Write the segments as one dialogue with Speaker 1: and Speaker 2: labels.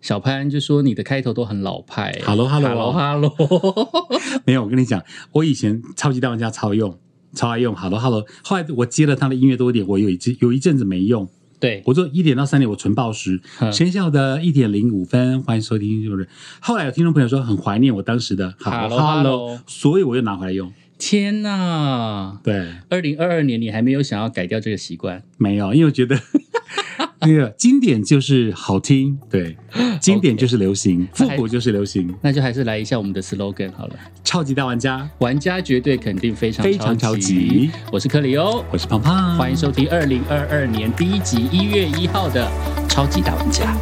Speaker 1: 小潘就说你的开头都很老派、欸。Hello
Speaker 2: Hello，Hello
Speaker 1: Hello，
Speaker 2: 没有，我跟你讲，我以前超级大玩家超用，超爱用 Hello Hello。后来我接了他的音乐多一点，我有一阵有一阵子没用，
Speaker 1: 对，
Speaker 2: 我做一点到三点我纯报时
Speaker 1: 嗯，
Speaker 2: 全校的一点零五分，欢迎收听，就是后来有听众朋友说很怀念我当时的
Speaker 1: Hello
Speaker 2: Hello
Speaker 1: Hello
Speaker 2: Hello，所以我又拿回来用。
Speaker 1: 天哪！
Speaker 2: 对，
Speaker 1: 二零二二年你还没有想要改掉这个习惯，
Speaker 2: 没有，因为我觉得 那个经典就是好听，对，经典就是流行，复古就是流行，
Speaker 1: 那就还是来一下我们的 slogan 好了。
Speaker 2: 超级大玩家，
Speaker 1: 玩家绝对肯定非常
Speaker 2: 非常
Speaker 1: 超
Speaker 2: 超级。
Speaker 1: 我是克里欧，
Speaker 2: 我是胖胖，
Speaker 1: 欢迎收听二零二二年第一集一月一号的《超级大玩家》。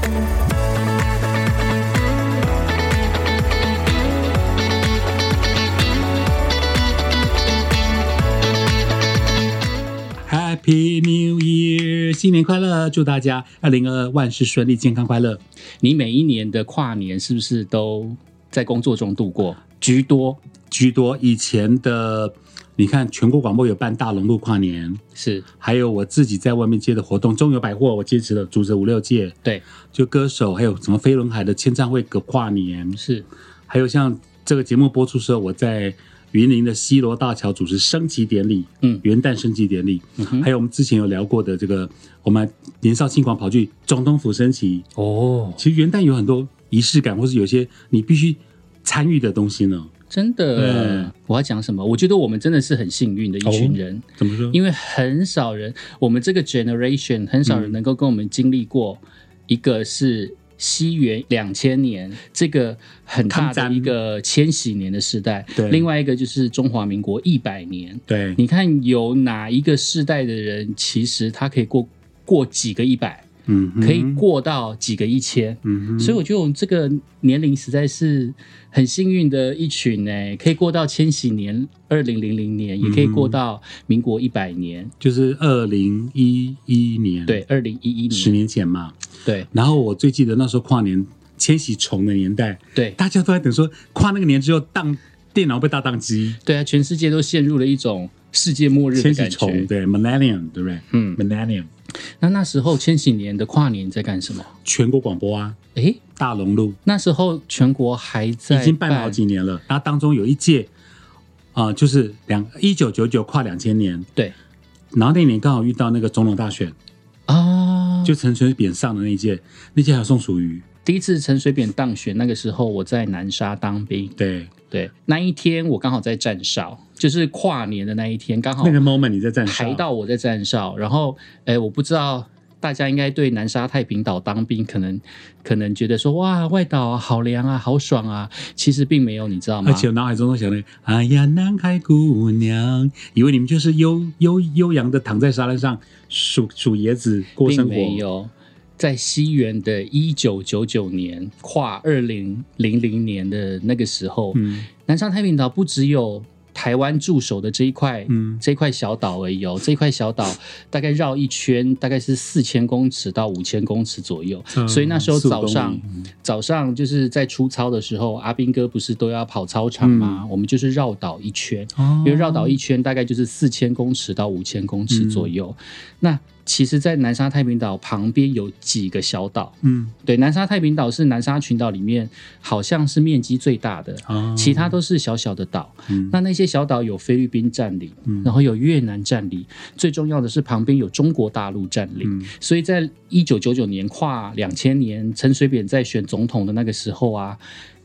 Speaker 2: Happy New Year，新年快乐！祝大家二零二万事顺利，健康快乐。
Speaker 1: 你每一年的跨年是不是都在工作中度过居多？
Speaker 2: 居多以前的，你看全国广播有办大龙路跨年，
Speaker 1: 是
Speaker 2: 还有我自己在外面接的活动，中友百货我接持了组织五六届，
Speaker 1: 对，
Speaker 2: 就歌手还有什么飞轮海的签唱会个跨年，
Speaker 1: 是
Speaker 2: 还有像这个节目播出时候，我在云林的西罗大桥主持升旗典礼，
Speaker 1: 嗯
Speaker 2: 元旦升旗典礼，
Speaker 1: 嗯哼
Speaker 2: 还有我们之前有聊过的这个，我们年少轻狂跑去总统府升旗，
Speaker 1: 哦，
Speaker 2: 其实元旦有很多仪式感，或是有些你必须参与的东西呢。
Speaker 1: 真的
Speaker 2: 嗯。
Speaker 1: 我要讲什么？我觉得我们真的是很幸运的一群人，
Speaker 2: 怎么说？
Speaker 1: 因为很少人，我们这个 generation 很
Speaker 2: 嗯
Speaker 1: 少人能够跟我们经历过一个是。西元两千年这个很大
Speaker 2: 抗
Speaker 1: 的
Speaker 2: 战
Speaker 1: 一个千禧年的时代，
Speaker 2: 对
Speaker 1: 另外一个就是中华民国一百年，
Speaker 2: 对，
Speaker 1: 你看有哪一个世代的人，其实他可以过过几个一百，
Speaker 2: 嗯哼，
Speaker 1: 可以过到几个一千。
Speaker 2: 嗯哼，
Speaker 1: 所以我觉得我们这个年龄实在是很幸运的一群呢、可以过到千禧年二零零零年，也可以过
Speaker 2: 嗯
Speaker 1: 到民国一百年，
Speaker 2: 就是二零一一年，
Speaker 1: 对，，二零一一
Speaker 2: 十
Speaker 1: 年，
Speaker 2: 年前嘛。
Speaker 1: 对
Speaker 2: 然后我最记得那时候跨年，千禧虫的年代，
Speaker 1: 对
Speaker 2: 大家都在等说跨那个年之后，当电脑被大宕机，
Speaker 1: 对啊，全世界都陷入了一种世界末日的
Speaker 2: 千禧
Speaker 1: 感
Speaker 2: 虫，
Speaker 1: 觉。
Speaker 2: 对，millennium，对不对？
Speaker 1: 嗯
Speaker 2: ，millennium，
Speaker 1: 那那时候千禧年的跨年在干什么？
Speaker 2: 全国广播啊，
Speaker 1: 诶，
Speaker 2: 大龙路
Speaker 1: 那时候全国还在
Speaker 2: 已经办了好几年了。然后当中有一届，啊、就是两一九九九跨两千年，
Speaker 1: 对
Speaker 2: 然后那年刚好遇到那个总统大选，
Speaker 1: 啊，
Speaker 2: 就陈水扁上的那一届，那届还有宋楚瑜，
Speaker 1: 第一次陈水扁当选那个时候，我在南沙当兵。
Speaker 2: 对，
Speaker 1: 对，那一天我刚好在站哨，就是跨年的那一天，刚好
Speaker 2: 那个 moment 你在站上
Speaker 1: 排，到我在站哨。然后，哎，我不知道大家应该对南沙太平岛当兵，可能可能觉得说哇，外岛啊，好凉啊，好爽啊。其实并没有，你知道吗
Speaker 2: 而？且我脑海中都想那个，哎呀，南海姑娘，以为你们就是悠悠悠扬的躺在沙滩上数数椰子过
Speaker 1: 并
Speaker 2: 生活，
Speaker 1: 没有。在西元的一九九九年跨二零零零年的那个时候，
Speaker 2: 嗯
Speaker 1: 南沙太平岛不只有台湾驻守的这一块，
Speaker 2: 嗯
Speaker 1: 这一块小岛而已哦。这一块小岛大概绕一圈，大概是四千公尺到五千公尺左右。
Speaker 2: 嗯
Speaker 1: 所以那时候
Speaker 2: 四五
Speaker 1: 早上
Speaker 2: 公里
Speaker 1: 早上就是在出操的时候，阿兵哥不是都要跑操场
Speaker 2: 嗯
Speaker 1: 吗？我们就是绕岛一圈，
Speaker 2: 哦
Speaker 1: 因为绕岛一圈大概就是四千公尺到五千公
Speaker 2: 嗯
Speaker 1: 尺左右。那其实，在南沙太平岛旁边有几个小岛，
Speaker 2: 嗯
Speaker 1: 对，南沙太平岛是南沙群岛里面好像是面积最大的，
Speaker 2: 啊，
Speaker 1: 其他都是小小的岛。
Speaker 2: 嗯
Speaker 1: 那那些小岛有菲律宾占领，
Speaker 2: 嗯
Speaker 1: 然后有越南占领，最重要的是旁边有中国大陆占领。
Speaker 2: 嗯
Speaker 1: 所以在一九九九年跨两千年，陈水扁在选总统的那个时候啊，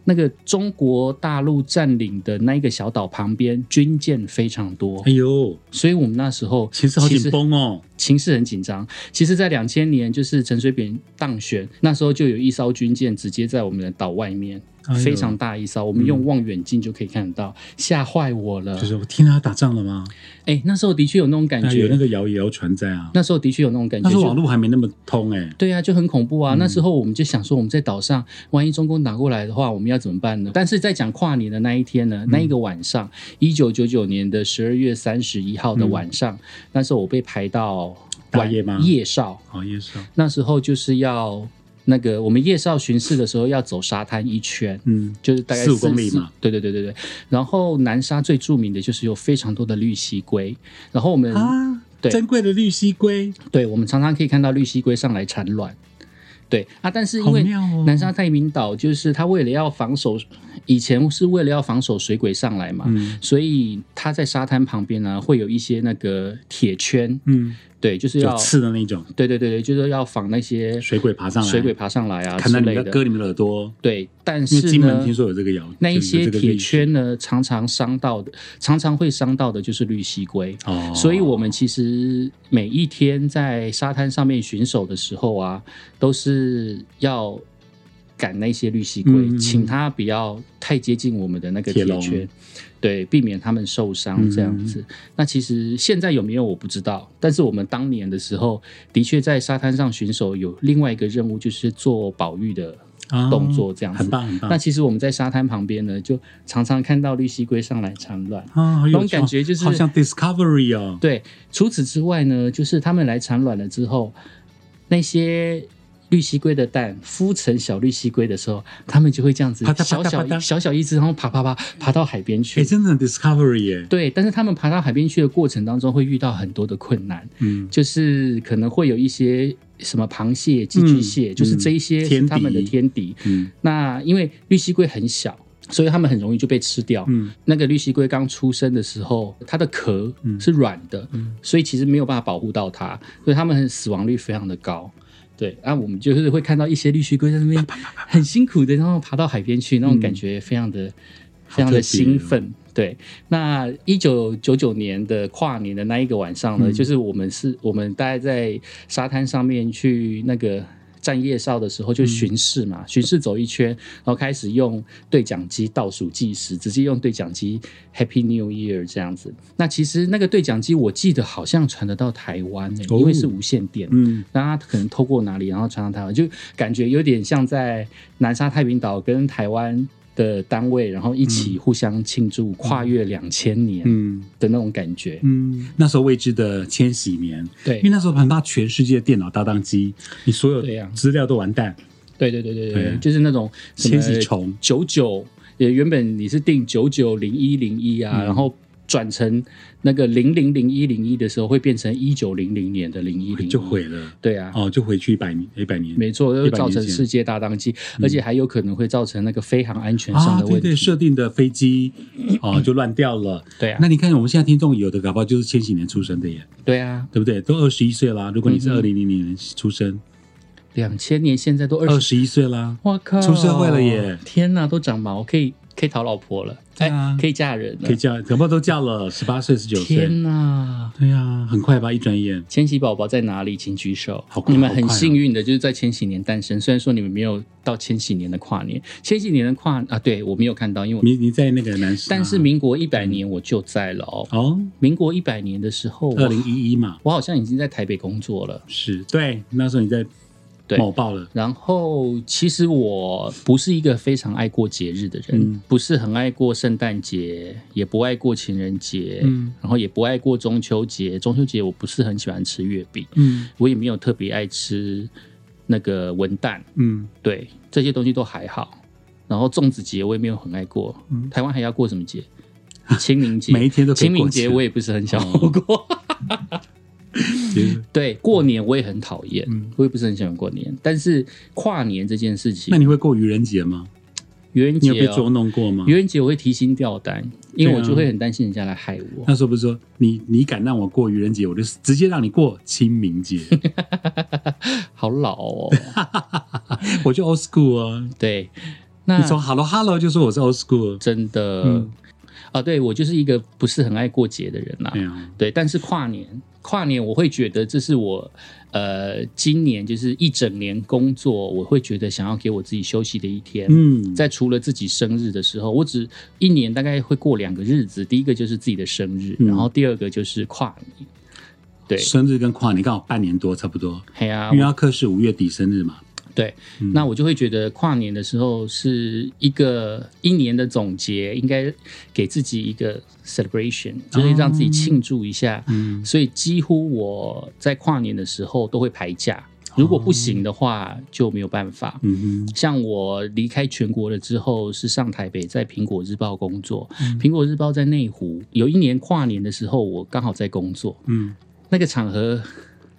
Speaker 1: 那个中国大陆占领的那一个小岛旁边军舰非常多
Speaker 2: 哎，呦，
Speaker 1: 所以我们那时候
Speaker 2: 其实好紧绷哦。
Speaker 1: 情势很紧张。其实，在两千年，就是陈水扁当选那时候，就有一艘军舰直接在我们的岛外面，
Speaker 2: 哎呦
Speaker 1: 非常大一艘，我们用望远镜就可以看得到，吓坏我了
Speaker 2: 就。是我听他打仗了吗？
Speaker 1: 哎、那时候的确有那种感
Speaker 2: 那有
Speaker 1: 觉，
Speaker 2: 那个谣谣传在啊，
Speaker 1: 那时候的确有那种感觉，
Speaker 2: 那时候网
Speaker 1: 就
Speaker 2: 络还嗯没那么通哎、
Speaker 1: 对啊，就很恐怖啊！那时候我们就想说，我们在岛上，万一中共打过来的话，我们要怎么办呢？但是在讲跨年的那一天
Speaker 2: 嗯
Speaker 1: 呢，那一个晚上，一九九九年的十二月三十一号的晚上，那时候我被排到
Speaker 2: 嗯大
Speaker 1: 晚
Speaker 2: 夜吗
Speaker 1: 夜哨，
Speaker 2: 好夜少，
Speaker 1: 那时候就是要那个我们夜少巡视的时候要走沙滩一圈。
Speaker 2: 嗯，
Speaker 1: 就是大概
Speaker 2: 四五公里嘛，
Speaker 1: 四对对对对对。然后南沙最著名的就是有非常多的绿蜥龟，然后我们、
Speaker 2: 啊，
Speaker 1: 嗯对
Speaker 2: 珍贵的绿蜥龟，
Speaker 1: 对我们常常可以看到绿蜥龟上来产卵。对啊，但是因
Speaker 2: 好
Speaker 1: 为
Speaker 2: 妙哦！
Speaker 1: 南沙太平岛就是它为了要防守，以前是为了要防守水鬼上来嘛，
Speaker 2: 嗯
Speaker 1: 所以它在沙滩旁边呢、会有一些那个铁圈，
Speaker 2: 嗯，
Speaker 1: 对，就是要
Speaker 2: 有刺的那种
Speaker 1: 对对对对，就是要防那些
Speaker 2: 水鬼爬上来，
Speaker 1: 水鬼爬上来啊
Speaker 2: 看
Speaker 1: 之
Speaker 2: 到你
Speaker 1: 类
Speaker 2: 要
Speaker 1: 的。
Speaker 2: 割你们的耳朵。
Speaker 1: 对，但
Speaker 2: 因为
Speaker 1: 是
Speaker 2: 金门
Speaker 1: 呢
Speaker 2: 听，说有这个谣，
Speaker 1: 那一
Speaker 2: 就有
Speaker 1: 些
Speaker 2: 这个
Speaker 1: 铁
Speaker 2: 历史
Speaker 1: 圈呢，常常伤到的，常常会伤到的就是绿蜥龟。
Speaker 2: 哦，
Speaker 1: 所以，我们其实每一天在沙滩上面巡守的时候啊，都是要赶那些绿蜥龟，
Speaker 2: 嗯嗯嗯
Speaker 1: 请它不要太接近我们的那个
Speaker 2: 铁
Speaker 1: 铁
Speaker 2: 笼
Speaker 1: 圈，对，避免它们受伤这样子。那其实现在有没有我不知道，但是我们当年的时候，的确在沙滩上巡守有另外一个任务，就是做保育的
Speaker 2: 啊
Speaker 1: 动作这样子。
Speaker 2: 很棒很棒
Speaker 1: 那。其实我们在沙滩旁边呢，就常常看到绿蜥龟上来产卵。
Speaker 2: 啊，好有
Speaker 1: 那种
Speaker 2: 趣哦
Speaker 1: 感觉就是
Speaker 2: 好像 Discovery 哦，
Speaker 1: 对，除此之外呢，就是它们来产卵了之后，那些绿蜥龟的蛋孵成小绿蜥龟的时候，它们就会这样子
Speaker 2: 啪嗒啪
Speaker 1: 小
Speaker 2: 嗒啪
Speaker 1: 小
Speaker 2: 嗒
Speaker 1: 小小一只，然后爬爬爬爬到海边
Speaker 2: 哎，
Speaker 1: 去。
Speaker 2: 真的很 Discovery 耶，
Speaker 1: 对，但是它们爬到海边去的过程当中，会遇到很多的困难，
Speaker 2: 嗯，
Speaker 1: 就是可能会有一些什么螃蟹、寄居蟹，
Speaker 2: 嗯
Speaker 1: 就是这一些
Speaker 2: 天
Speaker 1: 是
Speaker 2: 敌
Speaker 1: 它们的天敌。
Speaker 2: 嗯
Speaker 1: 那因为绿蜥龟很小，所以它们很容易就被吃掉。
Speaker 2: 嗯
Speaker 1: 那个绿蜥龟刚出生的时候，它的壳
Speaker 2: 嗯
Speaker 1: 是软的，
Speaker 2: 嗯
Speaker 1: 所以其实没有办法保护到它，所以它们死亡率非常的高。对，啊，我们就是会看到一些绿蜥龟在那边很辛苦的，然后爬到海边去，那种感觉非常的、非
Speaker 2: 哦
Speaker 1: 常的兴奋。对，那一九九九年的跨年的那一个晚上呢，
Speaker 2: 嗯
Speaker 1: 就是我们是我们大概在沙滩上面去那个站夜哨的时候，就巡视
Speaker 2: 嗯
Speaker 1: 嘛，巡视走一圈，然后开始用对讲机倒数计时，直接用对讲机 Happy New Year 这样子。那其实那个对讲机，我记得好像传得到台湾、欸，
Speaker 2: 哦
Speaker 1: 因为是无线电。
Speaker 2: 嗯，
Speaker 1: 那它可能透过哪里，然后传到台湾，就感觉有点像在南沙太平岛跟台湾的单位，然后一起互相庆祝跨越两千年
Speaker 2: 嗯
Speaker 1: 的那种感觉。
Speaker 2: 嗯，那时候未知的千禧年，
Speaker 1: 对
Speaker 2: 因为，那时候很怕全世界电脑搭档机，你所
Speaker 1: 对
Speaker 2: 有
Speaker 1: 呀
Speaker 2: 资料都完蛋，
Speaker 1: 对对对对对，
Speaker 2: 对
Speaker 1: 对就是那种什么
Speaker 2: 千禧虫
Speaker 1: 九九，也原本你是定九九零一零一啊，
Speaker 2: 嗯
Speaker 1: 然后。转成那个零零零一零一的时候，会变成一九零零年的零一零，
Speaker 2: 就毁了，
Speaker 1: 对啊，
Speaker 2: 哦，就回去一百年，一百年，
Speaker 1: 没错，就
Speaker 2: 100
Speaker 1: 造成
Speaker 2: 年前嗯
Speaker 1: 世界大当机，而且还有可能会造成那个飞航安全上
Speaker 2: 啊，
Speaker 1: 的问
Speaker 2: 对
Speaker 1: 题。
Speaker 2: 对，设定的飞机哦就乱掉了。
Speaker 1: 对啊
Speaker 2: 那你看我们现在听众有的搞不好就是千禧年出生的耶，
Speaker 1: 对啊，
Speaker 2: 对不对？都二十一岁啦，如果你是
Speaker 1: 嗯
Speaker 2: 二
Speaker 1: 哼
Speaker 2: 零零零年出生，
Speaker 1: 两千年现在都二
Speaker 2: 二
Speaker 1: 十，
Speaker 2: 十一岁啦，
Speaker 1: 我靠，
Speaker 2: 出社会了耶！
Speaker 1: 天哪，都长毛，可以可以讨老婆了，
Speaker 2: 对啊
Speaker 1: 哎可以嫁人了
Speaker 2: 可以，叫，搞不好都叫了十八岁、十九岁。
Speaker 1: 天哪！
Speaker 2: 对呀、很快吧，一转眼。
Speaker 1: 千禧宝宝在哪里？请举手
Speaker 2: 好。快
Speaker 1: 你们
Speaker 2: 好
Speaker 1: 很
Speaker 2: 快啊
Speaker 1: 幸运的，就是在千禧年诞生。虽然说你们没有到千禧年的跨年，千禧年的跨啊，对我没有看到，因为我
Speaker 2: 你你在那个南沙，
Speaker 1: 但是民国一百年我就在了哦。
Speaker 2: 哦，
Speaker 1: 民国一百年的时候，
Speaker 2: 二
Speaker 1: 我
Speaker 2: 零一一嘛，
Speaker 1: 我好像已经在台北工作了。
Speaker 2: 是对，那时候你在
Speaker 1: 对
Speaker 2: 某报了，
Speaker 1: 然后，其实我不是一个非常爱过节日的人，
Speaker 2: 嗯
Speaker 1: 不是很爱过圣诞节，也不爱过情人节，
Speaker 2: 嗯
Speaker 1: 然后也不爱过中秋节。中秋节我不是很喜欢吃月饼，
Speaker 2: 嗯
Speaker 1: 我也没有特别爱吃那个文旦，
Speaker 2: 嗯，
Speaker 1: 对这些东西都还好。然后粽子节我也没有很爱过，
Speaker 2: 嗯
Speaker 1: 台湾还要过什么 节？清明节，
Speaker 2: 每一天都可以
Speaker 1: 清
Speaker 2: 过
Speaker 1: 明节
Speaker 2: 节哦
Speaker 1: 我也不是很想过。
Speaker 2: 其实
Speaker 1: 对，过年我也很讨厌，
Speaker 2: 嗯
Speaker 1: 我也不是很喜欢过年。但是跨年这件事情，
Speaker 2: 那你会过愚人节吗？
Speaker 1: 愚人
Speaker 2: 你
Speaker 1: 节、
Speaker 2: 有被
Speaker 1: 哦
Speaker 2: 捉，弄过吗？
Speaker 1: 愚人节我会提心吊胆，因为
Speaker 2: 对啊
Speaker 1: 我就会很担心人家来害我。
Speaker 2: 那时候不是说你你敢让我过愚人节，我就直接让你过清 明节，啊
Speaker 1: 好老 哦，
Speaker 2: 我就 old school 啊。
Speaker 1: 对，
Speaker 2: 你
Speaker 1: 那
Speaker 2: 从 hello hello 就说我是 old school，
Speaker 1: 真的、
Speaker 2: 嗯
Speaker 1: 啊，对我就是一个不是很爱过节的人啦、啊
Speaker 2: 哎呀，
Speaker 1: 对，但是跨年，跨年我会觉得这是我呃今年就是一整年工作，我会觉得想要给我自己休息的一天。
Speaker 2: 嗯，
Speaker 1: 在除了自己生日的时候，我只一年大概会过两个日子，第一个就是自己的生日，
Speaker 2: 嗯
Speaker 1: 然后第二个就是跨年。对，
Speaker 2: 生日跟跨年刚好半年多差不多，
Speaker 1: 嘿呀、
Speaker 2: 因为阿克是五月底生日嘛，
Speaker 1: 对，
Speaker 2: 嗯
Speaker 1: 那我就会觉得跨年的时候是一个一年的总结，应该给自己一个 celebration，就是让自己庆祝一下。
Speaker 2: 哦嗯
Speaker 1: 所以几乎我在跨年的时候都会排假，如果不行的话就没有办法。
Speaker 2: 嗯哼，
Speaker 1: 像我离开全国了之后，是上台北在苹果日报工作。
Speaker 2: 嗯
Speaker 1: 苹果日报在内湖，有一年跨年的时候，我刚好在工作，
Speaker 2: 嗯
Speaker 1: 那个场合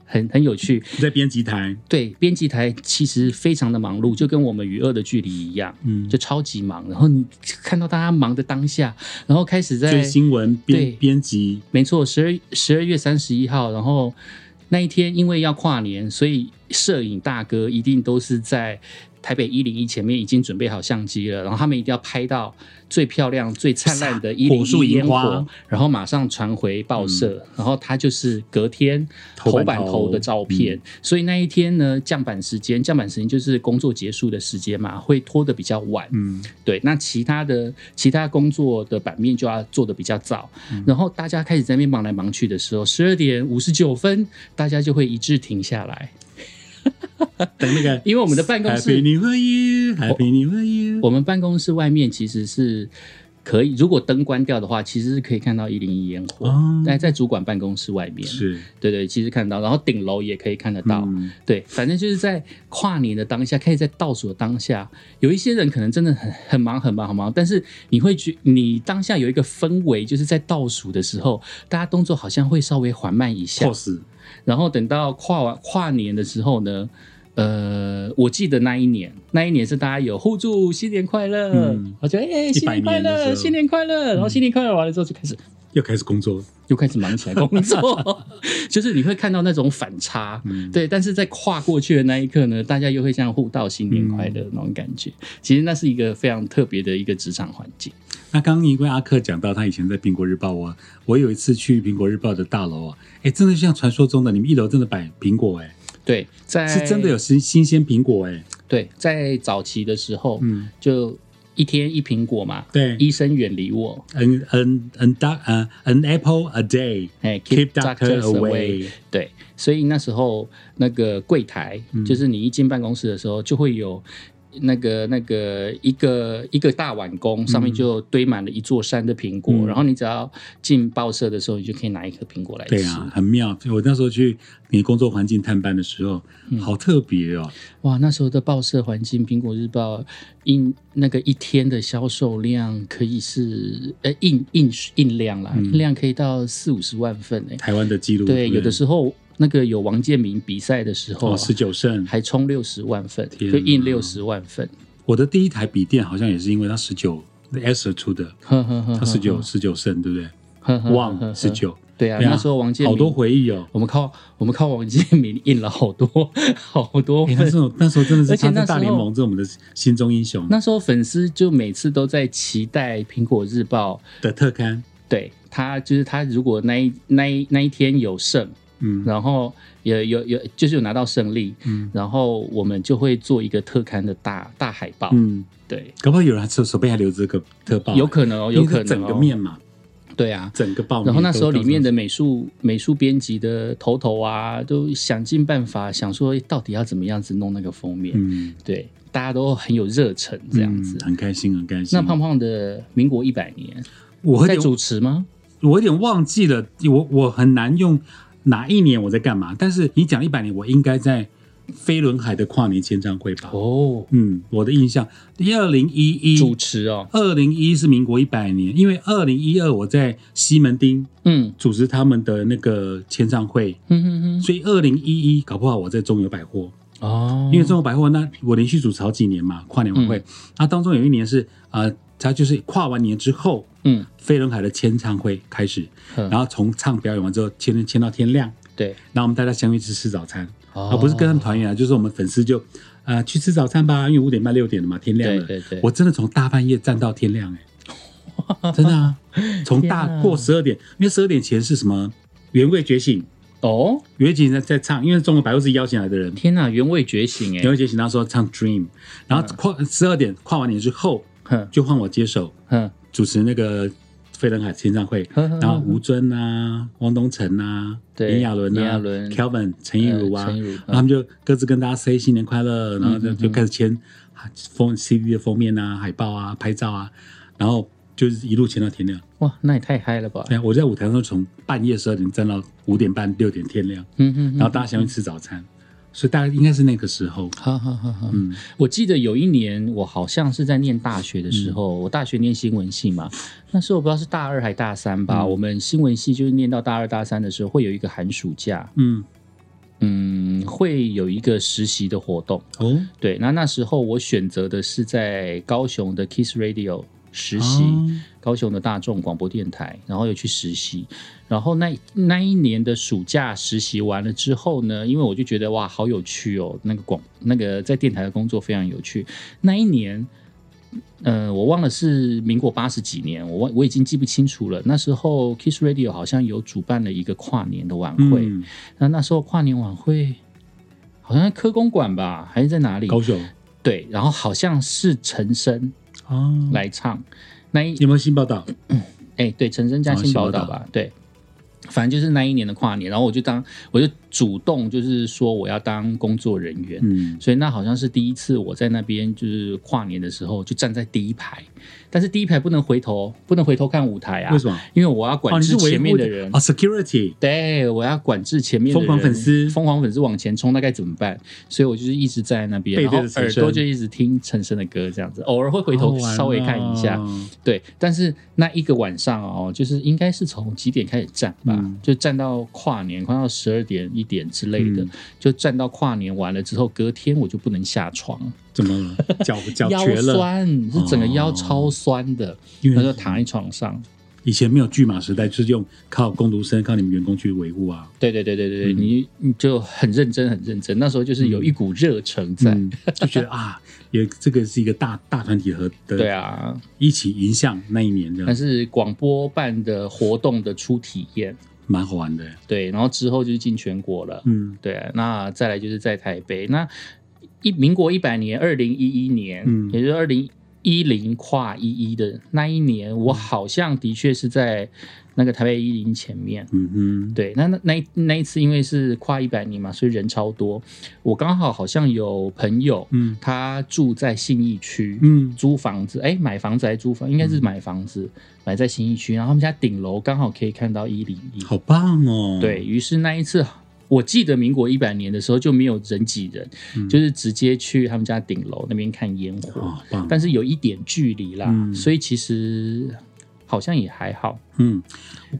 Speaker 1: 很很有趣。
Speaker 2: 在编辑台，
Speaker 1: 对，编辑台其实非常的忙碌，就跟我们与恶的距离一样，
Speaker 2: 嗯，
Speaker 1: 就超级忙。然后你看到大家忙的当下，然后开始在
Speaker 2: 追新闻
Speaker 1: 对
Speaker 2: 编编辑，
Speaker 1: 没错，十二十二月三十一号，然后那一天因为要跨年，所以摄影大哥一定都是在台北一零一前面已经准备好相机了，然后他们一定要拍到最漂亮、最灿烂的一零
Speaker 2: 火树
Speaker 1: 一
Speaker 2: 银
Speaker 1: 烟火
Speaker 2: 花，
Speaker 1: 然后马上传回报社，然后他就是隔天
Speaker 2: 嗯头
Speaker 1: 头
Speaker 2: 版
Speaker 1: 版
Speaker 2: 头嗯
Speaker 1: 头的照片，所以那一天呢，降版时间，降版时间就是工作结束的时间嘛，会拖得比较晚，
Speaker 2: 嗯，
Speaker 1: 对，那其他的其他工作的版面就要做的比较早，
Speaker 2: 嗯
Speaker 1: 然后大家开始在那边忙来忙去的时候，十二点五十九分，大家就会一致停下来，
Speaker 2: 等 那个
Speaker 1: 因为我们的办公
Speaker 2: Happy
Speaker 1: 室，
Speaker 2: New Year，Happy New Year，
Speaker 1: 我们办公室外面其实是可以，如果灯关掉的话，其实是可以看到一零一烟火，
Speaker 2: 哦
Speaker 1: 但在主管办公室外面，
Speaker 2: 是
Speaker 1: 对对，其实看得到，然后顶楼也可以看得到，
Speaker 2: 嗯
Speaker 1: 对，反正就是在跨年的当下，开始在倒数的当下，有一些人可能真的很很忙很忙很忙，但是你会觉你当下有一个氛围，就是在倒数的时候，大家动作好像会稍微缓慢一下，
Speaker 2: pose，
Speaker 1: 然后等到跨完跨年的时候呢。呃，我记得那一年，那一年是大家有互助新年快乐，
Speaker 2: 嗯
Speaker 1: 我觉得哎、新年快
Speaker 2: 100年的时
Speaker 1: 乐，
Speaker 2: 候
Speaker 1: 新年快乐，然后新年快乐完了之后就开始
Speaker 2: 又开始工作，
Speaker 1: 又开始忙 起来工作，就是你会看到那种反差，
Speaker 2: 嗯，
Speaker 1: 对，但是在跨过去的那一刻呢，大家又会像互道新年快乐那种感觉。其实那是一个非常特别的一个职场环境。
Speaker 2: 那刚刚因为阿克讲到他以前在苹果日报啊，我有一次去苹果日报的大楼啊，哎，真的像传说中的，你们一楼真的摆苹果哎、
Speaker 1: 对，在
Speaker 2: 是真的有新新鲜苹果哎、
Speaker 1: 对，在早期的时候，
Speaker 2: 嗯，
Speaker 1: 就一天一苹果嘛，
Speaker 2: 对
Speaker 1: 医生远离我，
Speaker 2: ，an an an duck 呃 an apple a day
Speaker 1: 哎
Speaker 2: keep doctor away，
Speaker 1: 对，所以那时候那个柜台，
Speaker 2: 嗯
Speaker 1: 就是你一进办公室的时候，就会有那个那个一个一个大碗公，上面就堆满了一座山的苹果，
Speaker 2: 嗯
Speaker 1: 然后你只要进报社的时候，你就可以拿一颗苹果来吃。
Speaker 2: 对啊，很妙。我那时候去你工作环境探班的时候，
Speaker 1: 嗯
Speaker 2: 好特别哦。
Speaker 1: 哇，那时候的报社环境，《苹果日报》印那个一天的销售量可以是呃印印印量啦，
Speaker 2: 嗯
Speaker 1: 印量可以到四五十万份诶、
Speaker 2: 台湾的记录，
Speaker 1: 对，有的
Speaker 2: 是
Speaker 1: 时候那个有王建民比赛的时候、
Speaker 2: 哦，
Speaker 1: 啊，
Speaker 2: 十九胜。
Speaker 1: 还冲六十万份，
Speaker 2: 天
Speaker 1: 就印
Speaker 2: 哪
Speaker 1: 六十万份，
Speaker 2: 我的第一台笔电好像也是因为它十九 S 出的，
Speaker 1: 呵呵呵，
Speaker 2: 它十九十九胜，对不
Speaker 1: 嗯
Speaker 2: 对？
Speaker 1: 呵呵，
Speaker 2: 旺十，九，
Speaker 1: 对啊，
Speaker 2: 对啊
Speaker 1: 那时候王建民
Speaker 2: 好多，回忆 哦。
Speaker 1: 我们靠我们靠王建民印了好多好多
Speaker 2: 哎
Speaker 1: 份
Speaker 2: 那时候那时候真的
Speaker 1: 而
Speaker 2: 是
Speaker 1: 且
Speaker 2: 他
Speaker 1: 那
Speaker 2: 在
Speaker 1: 时候
Speaker 2: 大联盟，这是我们的心中英雄
Speaker 1: 那时候粉丝就每次都在期待《苹果日报》
Speaker 2: 的特刊。
Speaker 1: 对他，就是他如果那一那一那一天有胜，
Speaker 2: 嗯
Speaker 1: 然后也有有就是有拿到胜利，
Speaker 2: 嗯
Speaker 1: 然后我们就会做一个特刊的大大海报，
Speaker 2: 嗯，
Speaker 1: 对，
Speaker 2: 搞不好有人还手手背还留着这个特报，
Speaker 1: 有可能哦，
Speaker 2: 因
Speaker 1: 有
Speaker 2: 为
Speaker 1: 可能、哦、
Speaker 2: 整个面嘛，
Speaker 1: 对啊。
Speaker 2: 整个报面都。
Speaker 1: 然后那时候里面
Speaker 2: 都
Speaker 1: 的美术美术编辑的头头啊，都想尽办法想说哎到底要怎么样子弄那个封面，
Speaker 2: 嗯
Speaker 1: 对，大家都很有热忱这样子。
Speaker 2: 嗯很开心很开心。
Speaker 1: 那胖胖的民国一百年
Speaker 2: 我
Speaker 1: 在
Speaker 2: 有点
Speaker 1: 主持吗？
Speaker 2: 我有点忘记了，我我很难用哪一年我在干嘛。但是你讲一百年，我应该在飞轮海的跨年签唱会吧？
Speaker 1: 哦，
Speaker 2: 嗯，我的印象，二零一
Speaker 1: 主
Speaker 2: 一，
Speaker 1: 持哦，
Speaker 2: 二零一是民国一百年，因为二零一二我在西门町
Speaker 1: 嗯
Speaker 2: 主持他们的那个签唱会，
Speaker 1: 嗯嗯嗯，
Speaker 2: 所以二零一一搞不好我在中友百货，
Speaker 1: 哦，
Speaker 2: 因为中友百货那我连续主持好几年嘛，跨年晚
Speaker 1: 嗯
Speaker 2: 会，那、当中有一年是呃，它就是跨完年之后，
Speaker 1: 嗯，
Speaker 2: 飞轮海的签唱会开始，
Speaker 1: 嗯
Speaker 2: 然后从唱表演完之后签签到天亮，
Speaker 1: 对，
Speaker 2: 然后我们大家相约去吃早餐，
Speaker 1: 哦
Speaker 2: 啊，不是跟他们团员啊，就是我们粉丝就呃去吃早餐吧，因为五点半六点了嘛，天亮
Speaker 1: 对
Speaker 2: 了，
Speaker 1: 对对，
Speaker 2: 我真的从大半夜站到天亮哎、真的 啊，从大
Speaker 1: 天啊
Speaker 2: 过十二点，因为十二点前是什么原味觉醒，
Speaker 1: 哦，
Speaker 2: 原味觉醒在在唱，因为中国百货自己邀请来的人，
Speaker 1: 天哪，原味觉醒
Speaker 2: 原
Speaker 1: 哎，
Speaker 2: 味觉醒那时候唱 Dream，然
Speaker 1: 嗯
Speaker 2: 后跨十二点跨完年之后
Speaker 1: 哼
Speaker 2: 就换我接手
Speaker 1: 哼，
Speaker 2: 主持那个飞轮海签唱会，
Speaker 1: 呵呵
Speaker 2: 然后
Speaker 1: 呵
Speaker 2: 吴尊啊、汪东城啊、
Speaker 1: 嗯对
Speaker 2: 炎亚纶
Speaker 1: 炎亚
Speaker 2: 啊、
Speaker 1: 纶
Speaker 2: Kelvin、陈意如
Speaker 1: 呃
Speaker 2: 啊，
Speaker 1: 陈意如
Speaker 2: 然后他们就各自跟大家 say 新年快乐，然后就
Speaker 1: 嗯嗯嗯
Speaker 2: 就开始签封 CD 的封面啊、海报啊、拍照啊，然后就是一路签到天亮。
Speaker 1: 哇，那也太嗨了吧，
Speaker 2: 对啊，我在舞台上从半夜十二点站到五点半、六点天亮，
Speaker 1: 嗯嗯，嗯
Speaker 2: 然后大家想去吃早餐，
Speaker 1: 嗯
Speaker 2: 所以大概应该是那个时候。
Speaker 1: 好好好好，
Speaker 2: 嗯，
Speaker 1: 我记得有一年，我好像是在念大学的时候，我大学念新闻系嘛，那时候我不知道是大二还大三吧，
Speaker 2: 嗯
Speaker 1: 我们新闻系就是念到大二大三的时候，会有一个寒暑假，
Speaker 2: 嗯，
Speaker 1: 嗯，会有一个实习的活动。
Speaker 2: 哦，
Speaker 1: 对，那那时候我选择的是在高雄的 Kiss Radio 实习。
Speaker 2: 哦
Speaker 1: 高雄的大众广播电台，然后又去实习，然后那那一年的暑假实习完了之后呢，因为我就觉得哇，好有趣哦，那个广那个在电台的工作非常有趣。那一年，呃，我忘了是民国八十几年，我忘我已经记不清楚了。那时候 Kiss Radio 好像有主办了一个跨年的晚
Speaker 2: 嗯
Speaker 1: 会，那、那时候跨年晚会好像在科公馆吧，还是在哪里？
Speaker 2: 高雄
Speaker 1: 对，然后好像是陈升
Speaker 2: 哦，
Speaker 1: 来唱。那一
Speaker 2: 有没有新报道？
Speaker 1: 哎、对，陈升嘉
Speaker 2: 哦
Speaker 1: 新
Speaker 2: 新
Speaker 1: 宝
Speaker 2: 宝
Speaker 1: 岛
Speaker 2: 岛
Speaker 1: 吧，对，反正就是那一年的跨年，然后我就当我就主动就是说我要当工作人员，
Speaker 2: 嗯，
Speaker 1: 所以那好像是第一次我在那边就是跨年的时候就站在第一排，但是第一排不能回头，不能回头看舞台啊
Speaker 2: 嗯为，什么？
Speaker 1: 因为我要管
Speaker 2: 哦，你
Speaker 1: 制
Speaker 2: 是维
Speaker 1: 前面
Speaker 2: 护
Speaker 1: 的人。
Speaker 2: 哦，security
Speaker 1: 对，我要管制前面的
Speaker 2: 疯狂
Speaker 1: 人
Speaker 2: 粉丝
Speaker 1: 疯狂粉丝往前冲，那该怎么办？所以我就是一直在那边，
Speaker 2: 背
Speaker 1: 然
Speaker 2: 对
Speaker 1: 后
Speaker 2: 着
Speaker 1: 耳
Speaker 2: 陈升
Speaker 1: 朵就一直听陈升的歌，这样子，偶尔会回头
Speaker 2: 好玩
Speaker 1: 稍微看一下。
Speaker 2: 哦
Speaker 1: 对，但是那一个晚上哦，就是应该是从几点开始站吧，
Speaker 2: 嗯
Speaker 1: 就站到跨年，快到十二点一点之类的，
Speaker 2: 嗯
Speaker 1: 就站到跨年完了之后，隔天我就不能下床，
Speaker 2: 怎么 了？脚脚
Speaker 1: 腰
Speaker 2: 瘸了？
Speaker 1: 酸，是整个腰
Speaker 2: 哦
Speaker 1: 超酸的，
Speaker 2: 因
Speaker 1: 然后
Speaker 2: 为
Speaker 1: 就躺在床上。
Speaker 2: 以前没有巨马时代，就是用靠工读生、靠你们员工去维护啊。
Speaker 1: 对对对对对，
Speaker 2: 嗯
Speaker 1: 你你就很认真很认真，那时候就是有一股热忱在。
Speaker 2: 嗯，就觉得啊，也这个是一个大大团体和的，
Speaker 1: 对，啊，
Speaker 2: 一起迎向那一年，这
Speaker 1: 但
Speaker 2: 样
Speaker 1: 是广播办的活动的初体验，
Speaker 2: 蛮好玩的。
Speaker 1: 对，然后之后就是进全国了，
Speaker 2: 嗯
Speaker 1: 对、那再来就是在台北，那一民国一百年，二零一一年，
Speaker 2: 嗯
Speaker 1: 也就是二零一零跨一一的那一年，
Speaker 2: 嗯
Speaker 1: 我好像的确是在那个台北一零前面。
Speaker 2: 嗯哼，
Speaker 1: 对，那那那一那一次因为是跨一百年嘛，所以人超多。我刚好好像有朋友，
Speaker 2: 嗯
Speaker 1: 他住在信义区，
Speaker 2: 嗯，
Speaker 1: 租房子，哎、买房子还是租房，应该是买房子，买在信义区，然后他们家顶楼刚好可以看到一零一，
Speaker 2: 好棒哦。
Speaker 1: 对，于是那一次，我记得民国一百年的时候就没有人挤人，就是直接去他们家顶楼那边看烟火，
Speaker 2: 嗯哦，好棒。
Speaker 1: 但是有一点距离啦，
Speaker 2: 嗯
Speaker 1: 所以其实好像也还好。
Speaker 2: 嗯，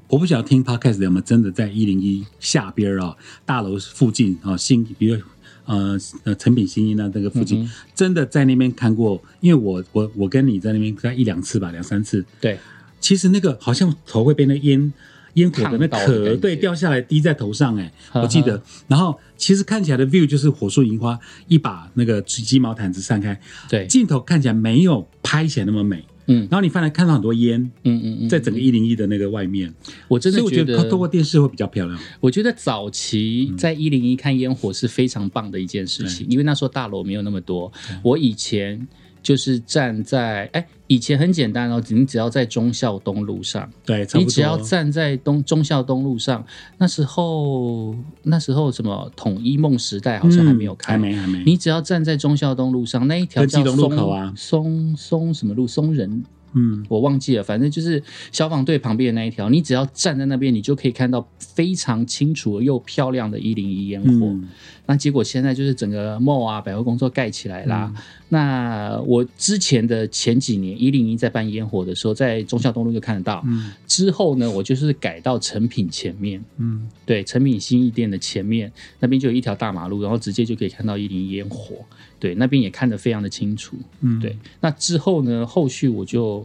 Speaker 2: 我不晓得听 podcast 的有没有真的在一零一下边儿啊，大楼附近啊，新比如呃呃成品新一那那个附近，
Speaker 1: 嗯
Speaker 2: 真的在那边看过，因为我我我跟你在那边在一两次吧，两三次，
Speaker 1: 对，
Speaker 2: 其实那个好像头会被那烟烟火的那
Speaker 1: 烫到的感
Speaker 2: 壳
Speaker 1: 觉
Speaker 2: 对掉下来滴在头上、欸，
Speaker 1: 呵呵
Speaker 2: 我记得。然后其实看起来的 view 就是火树银花一把那个鸡毛毯子散开，
Speaker 1: 对，
Speaker 2: 镜头看起来没有拍起来那么美。
Speaker 1: 嗯
Speaker 2: 然后你翻来看到很多烟
Speaker 1: 嗯嗯嗯，
Speaker 2: 在整个
Speaker 1: 嗯，
Speaker 2: 一零一的那个外面，
Speaker 1: 我真
Speaker 2: 所
Speaker 1: 的
Speaker 2: 以我
Speaker 1: 觉
Speaker 2: 觉
Speaker 1: 得
Speaker 2: 得透透过电视会比嗯较漂亮。
Speaker 1: 我觉得早期在一零一看烟火是非常棒的一件事情，因为那时候大楼没有那么多。我以前就是站在，哎，以前很简单哦，你只要在忠孝东路上，
Speaker 2: 对，差不
Speaker 1: 你
Speaker 2: 多。
Speaker 1: 只要站在东忠孝东路上，那时候那时候什么统一梦时代好像还没有开。
Speaker 2: 嗯还没还没。
Speaker 1: 你只要站在忠孝东路上那一条
Speaker 2: 跟基
Speaker 1: 叫
Speaker 2: 隆
Speaker 1: 松
Speaker 2: 路口啊
Speaker 1: 松松什么路松仁，
Speaker 2: 嗯，
Speaker 1: 我忘记了，反正就是消防队旁边的那一条。你只要站在那边，你就可以看到非常清楚又漂亮的一零一烟火。
Speaker 2: 嗯，
Speaker 1: 那结果现在就是整个 mall 啊百货工作盖起来啦。
Speaker 2: 嗯
Speaker 1: 那我之前的前几年一零一在办烟火的时候，在忠孝东路就看得到。
Speaker 2: 嗯
Speaker 1: 之后呢，我就是改到成品前面，
Speaker 2: 嗯，
Speaker 1: 对，成品新义店的前面那边就有一条大马路，然后直接就可以看到一零一烟火，对，那边也看得非常的清楚。
Speaker 2: 嗯
Speaker 1: 对，那之后呢，后续我就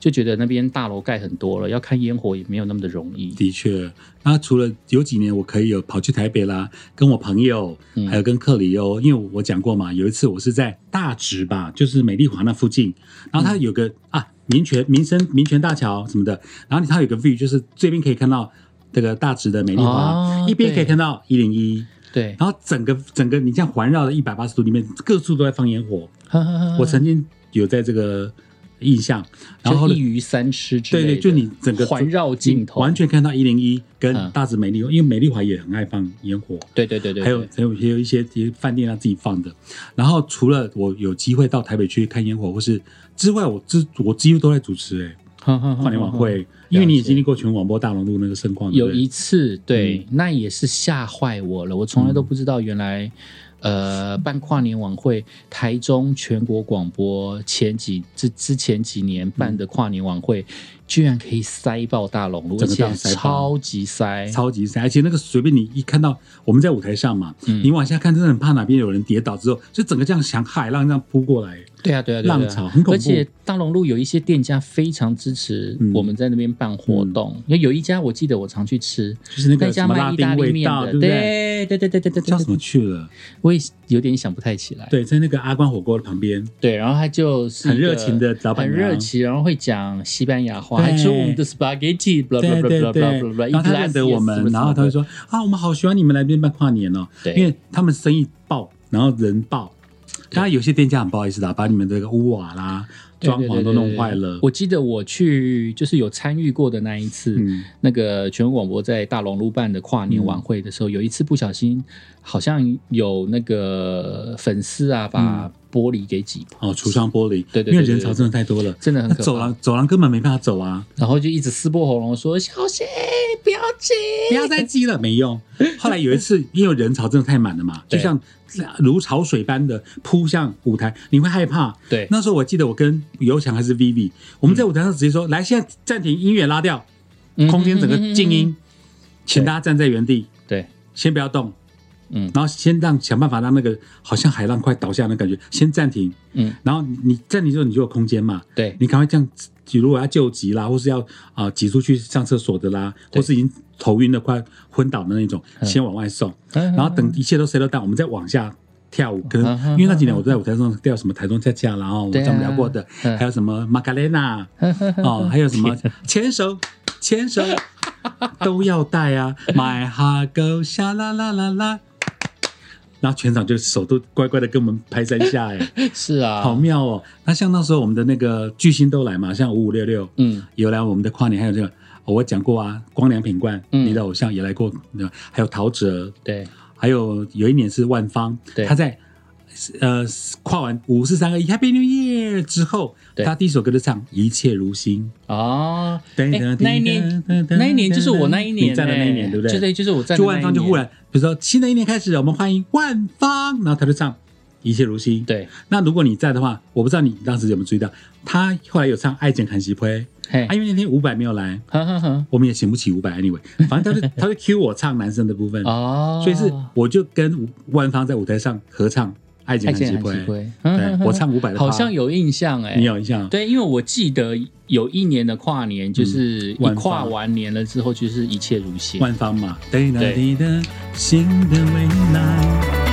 Speaker 1: 就觉得那边大楼盖很多了，要看烟火也没有那么的容易。
Speaker 2: 的确，那除了有几年我可以有跑去台北啦，跟我朋友，
Speaker 1: 嗯
Speaker 2: 还有跟克里欧，因为我讲过嘛，有一次我是在大直吧，就是美丽华那附近，然
Speaker 1: 嗯
Speaker 2: 后它有个、啊民权民生民权大桥什么的，然后它有个 view，就是这边可以看到这个大直的美丽华，
Speaker 1: 哦
Speaker 2: 一边可以看到一零一，
Speaker 1: 对，
Speaker 2: 然后整个整个你这样环绕的一百八十度里面，各处都在放烟火。我
Speaker 1: 我
Speaker 2: 曾经有在这个印象， 然后
Speaker 1: 嗯就
Speaker 2: 呢
Speaker 1: 一鱼三吃之
Speaker 2: 对
Speaker 1: 类的，
Speaker 2: 对，就你整个
Speaker 1: 环绕镜头，
Speaker 2: 你完全看到一零一跟
Speaker 1: 嗯
Speaker 2: 大直美丽华，因为美丽华也很爱放烟火，
Speaker 1: 对对对对，对
Speaker 2: 还有还有也有一些也有饭店啊他自己放的。然后除了我有机会到台北去看烟火，或是之外，我之我几乎都在主持哎、跨
Speaker 1: 跨
Speaker 2: 年晚会，因为你也经历过全广播大龙路那个盛况，
Speaker 1: 嗯
Speaker 2: 对
Speaker 1: 有
Speaker 2: 不对
Speaker 1: 一次，对，
Speaker 2: 嗯
Speaker 1: 那也是吓坏我了。我从来都不知道，原来、呃办跨年晚会，台中全国广播前几之之前几年办的跨年晚会，居然可以塞爆大熔炉，而
Speaker 2: 整个
Speaker 1: 且
Speaker 2: 大塞爆
Speaker 1: 超级塞，
Speaker 2: 超级塞，而且那个随便你一看到我们在舞台上嘛，
Speaker 1: 嗯
Speaker 2: 你往下看真的很怕哪边有人跌倒之后，就整个这样像海浪这样扑过来，
Speaker 1: 对啊，对啊，对啊
Speaker 2: 浪潮很恐怖
Speaker 1: 而且大龙路有一些店家非常支持
Speaker 2: 嗯
Speaker 1: 我们在那边办活动，因为有一家我记得我常去吃，
Speaker 2: 就是那
Speaker 1: 那
Speaker 2: 个什
Speaker 1: 家
Speaker 2: 么
Speaker 1: 卖
Speaker 2: 拉
Speaker 1: 意
Speaker 2: 丁
Speaker 1: 大利
Speaker 2: 味
Speaker 1: 面
Speaker 2: 道，
Speaker 1: 的，
Speaker 2: 对不对？
Speaker 1: 对对对对对对
Speaker 2: 叫什
Speaker 1: 对，
Speaker 2: 么去了？
Speaker 1: 我也有点想不太起来。
Speaker 2: 对，在那个阿关火锅的旁边，
Speaker 1: 对，然后他就是一
Speaker 2: 很
Speaker 1: 个
Speaker 2: 热情的老板
Speaker 1: 很
Speaker 2: 娘
Speaker 1: 热情，然后会讲西班牙话，
Speaker 2: 对
Speaker 1: 还吃我们的 spaghetti，blah
Speaker 2: 对
Speaker 1: blah
Speaker 2: 对
Speaker 1: blah blah
Speaker 2: 对
Speaker 1: blah blah blah，，
Speaker 2: 然后他认得我们，然后他就，说啊，我们好喜欢你们来这边办跨年哦，
Speaker 1: 对
Speaker 2: 因为他们生意爆，然后人爆。当然，有些店家很不好意思的，把你们这个屋瓦啦、
Speaker 1: 对对
Speaker 2: 装
Speaker 1: 对
Speaker 2: 潢都
Speaker 1: 对对
Speaker 2: 弄
Speaker 1: 对
Speaker 2: 坏了。
Speaker 1: 我记得我去就是有参与过的那一次，
Speaker 2: 嗯，
Speaker 1: 那个全国广播在大龙路办的跨年晚会的时候，有一次不小心，好像有那个粉丝啊
Speaker 2: 嗯
Speaker 1: 把玻璃给挤破，
Speaker 2: 哦，橱窗玻璃，
Speaker 1: 对对对对
Speaker 2: 因为人潮真的太多了，
Speaker 1: 真的很
Speaker 2: 那
Speaker 1: 可
Speaker 2: 走
Speaker 1: 怕。
Speaker 2: 廊走廊根本没办法走啊，
Speaker 1: 然后就一直撕破喉咙说：“小心，不要挤。
Speaker 2: 不要再积了，没用。后来有一次，因为人潮真的太满了嘛，就
Speaker 1: 对
Speaker 2: 像如潮水般的扑向舞台，你会害怕。”
Speaker 1: 对，
Speaker 2: 那时候我记得我跟尤强还是 Vivi，我们在舞台上直接说：“来，现在暂停，音乐拉掉，
Speaker 1: 嗯
Speaker 2: 空间整个静音，请
Speaker 1: 对
Speaker 2: 大家站在原地，
Speaker 1: 对，
Speaker 2: 先不要动。”
Speaker 1: 嗯
Speaker 2: 然后先让想办法让那个好像海浪快倒下那感觉先暂停，
Speaker 1: 嗯，
Speaker 2: 然后你你暂停之后你就有空间嘛，
Speaker 1: 对
Speaker 2: 你赶快这样，如果要救急啦，或是要啊、呃挤出去上厕所的啦，
Speaker 1: 对
Speaker 2: 或是已经头晕的快昏倒的那种，
Speaker 1: 嗯
Speaker 2: 先往外送，
Speaker 1: 然
Speaker 2: 然后等一切都 settle down，我们再往下跳舞。可能
Speaker 1: 嗯哼
Speaker 2: 因为那几年我都在舞台上跳什么台中恰恰啦，然哦后我
Speaker 1: 对
Speaker 2: 们
Speaker 1: 啊
Speaker 2: 咱们聊过的，
Speaker 1: 嗯
Speaker 2: 还有什么玛卡 莲娜，哦，还有什么牵手，牵手都要带啊，My heart goes 沙啦啦啦啦。然后全场就手都乖乖的跟我们拍三下哎、
Speaker 1: 是啊，
Speaker 2: 好妙哦！那像那时候我们的那个巨星都来嘛，像五五六六
Speaker 1: 嗯
Speaker 2: 有来我们的跨年，还有这个、哦我讲过啊，光良品冠，
Speaker 1: 嗯
Speaker 2: 你的偶像也来过，呃还有陶喆，
Speaker 1: 对
Speaker 2: 还有有一年是万芳
Speaker 1: 对，
Speaker 2: 他在呃跨完五四三二一 Happy New Year 之后，
Speaker 1: 对
Speaker 2: 他第一首歌就唱《一切如新
Speaker 1: 啊，》。哎
Speaker 2: 哎
Speaker 1: 那一年那一年就是我那一年
Speaker 2: 你站的那一年，
Speaker 1: 哎
Speaker 2: 对不对？
Speaker 1: 就对就是我站的
Speaker 2: 就
Speaker 1: 那一
Speaker 2: 万芳就忽然，比如说新的一年开始，我们欢迎万芳，然后他就唱《一切如新》。
Speaker 1: 对，
Speaker 2: 那如果你在的话，我不知道你当时有没有注意到，他后来有唱《爱情韩喜亏》，
Speaker 1: 嘿
Speaker 2: 啊，，因为那天伍佰没有来，
Speaker 1: 呵呵呵，
Speaker 2: 我们也请不起伍佰，anyway，反正他就他就 cue 我唱男生的部分，
Speaker 1: 哦，
Speaker 2: 所以是我就跟伍万芳在舞台上合唱《爱情
Speaker 1: 太
Speaker 2: 韩喜
Speaker 1: 监
Speaker 2: 亏
Speaker 1: 很奇》，怪，
Speaker 2: 对我唱伍佰的趴，
Speaker 1: 好像有印象哎，
Speaker 2: 你有印象？
Speaker 1: 对，因为我记得有一年的跨年，就是一
Speaker 2: 万
Speaker 1: 跨
Speaker 2: 方
Speaker 1: 完年了之后，就是一切如新。
Speaker 2: 万芳嘛，对的
Speaker 1: 对
Speaker 2: 对的，新的未来。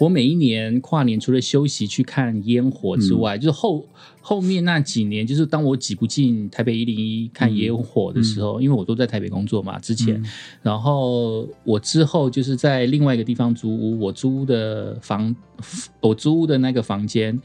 Speaker 1: 我每一年跨年除了休息去看烟火
Speaker 2: 嗯
Speaker 1: 之外，就是后后面那几年，就是当我挤不进台北一零一看烟火的时候，因为我都在台北工作嘛，之前，
Speaker 2: 嗯
Speaker 1: 然后我之后就是在另外一个地方租屋，我租屋的房，我租屋的那个房间，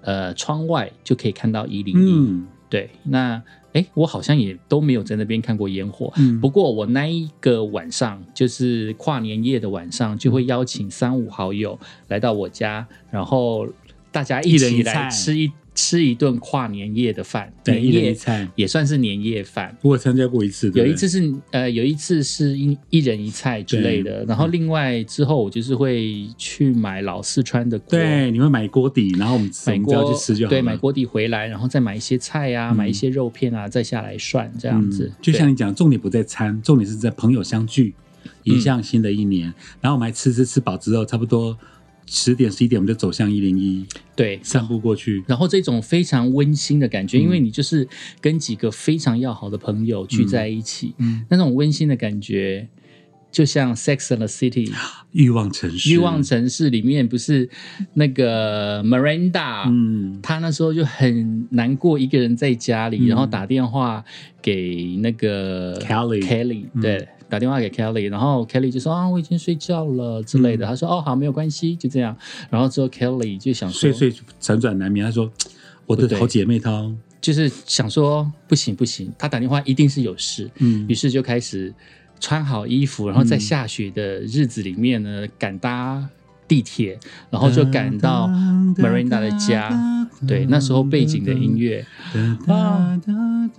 Speaker 1: 呃，窗外就可以看到一零一。
Speaker 2: 嗯
Speaker 1: 对，那哎、诶我好像也都没有在那边看过烟火。
Speaker 2: 嗯
Speaker 1: 不过我那一个晚上，就是跨年夜的晚上，就会邀请三五好友来到我家，然后大家一
Speaker 2: 一人
Speaker 1: 起
Speaker 2: 一
Speaker 1: 来
Speaker 2: 菜
Speaker 1: 吃一吃一顿跨年夜的饭，
Speaker 2: 对，一
Speaker 1: 年
Speaker 2: 人一
Speaker 1: 夜
Speaker 2: 菜，
Speaker 1: 也算是年夜饭。
Speaker 2: 我有参加过一次，对
Speaker 1: 有
Speaker 2: 不对
Speaker 1: 一次是呃，有一次是一一人一菜之类的，然后另外之后我就是会去买老四川的锅，
Speaker 2: 对，你会买锅底，然后我们我
Speaker 1: 买
Speaker 2: 们只要
Speaker 1: 锅
Speaker 2: 去吃就好了。
Speaker 1: 对，买锅底回来，然后再买一些菜啊，买一些肉片啊，再下来涮这样子
Speaker 2: 嗯。就像
Speaker 1: 对
Speaker 2: 你讲，重点不在餐，重点是在朋友相聚，迎向新的一年。
Speaker 1: 嗯
Speaker 2: 然后我们还吃吃吃饱之后，差不多十点十一点，我们就走向一零一，
Speaker 1: 对，
Speaker 2: 散步过去。
Speaker 1: 然后这种非常温馨的感觉，
Speaker 2: 嗯
Speaker 1: 因为你就是跟几个非常要好的朋友聚在一起，
Speaker 2: 嗯，
Speaker 1: 那种温馨的感觉，就像《Sex and the City》
Speaker 2: 欲望城
Speaker 1: 《
Speaker 2: 市，
Speaker 1: 欲望，城市》里面不是那个 Miranda，、
Speaker 2: 嗯，
Speaker 1: 他那时候就很难过，一个人在家里，
Speaker 2: 嗯
Speaker 1: 然后打电话给那个
Speaker 2: Kelly
Speaker 1: Kelly，
Speaker 2: 嗯
Speaker 1: 对，打电话给 Kelly，然后 Kelly 就说啊，我已经睡觉了之
Speaker 2: 嗯
Speaker 1: 类的。他说哦，好，没有关系，就这样。然后之后 Kelly 就想说，
Speaker 2: 岁岁辗转难眠。他说：“我
Speaker 1: 不
Speaker 2: 的
Speaker 1: 对
Speaker 2: 好姐妹她，
Speaker 1: 就是想说不行不行，他打电话一定是有事，
Speaker 2: 嗯
Speaker 1: 于，是就开始穿好衣服，然后在下雪的日子里面呢，赶搭地铁，然后就赶到 Miranda 的家。对，那时候背景的音乐，
Speaker 2: 乐
Speaker 1: 嗯啊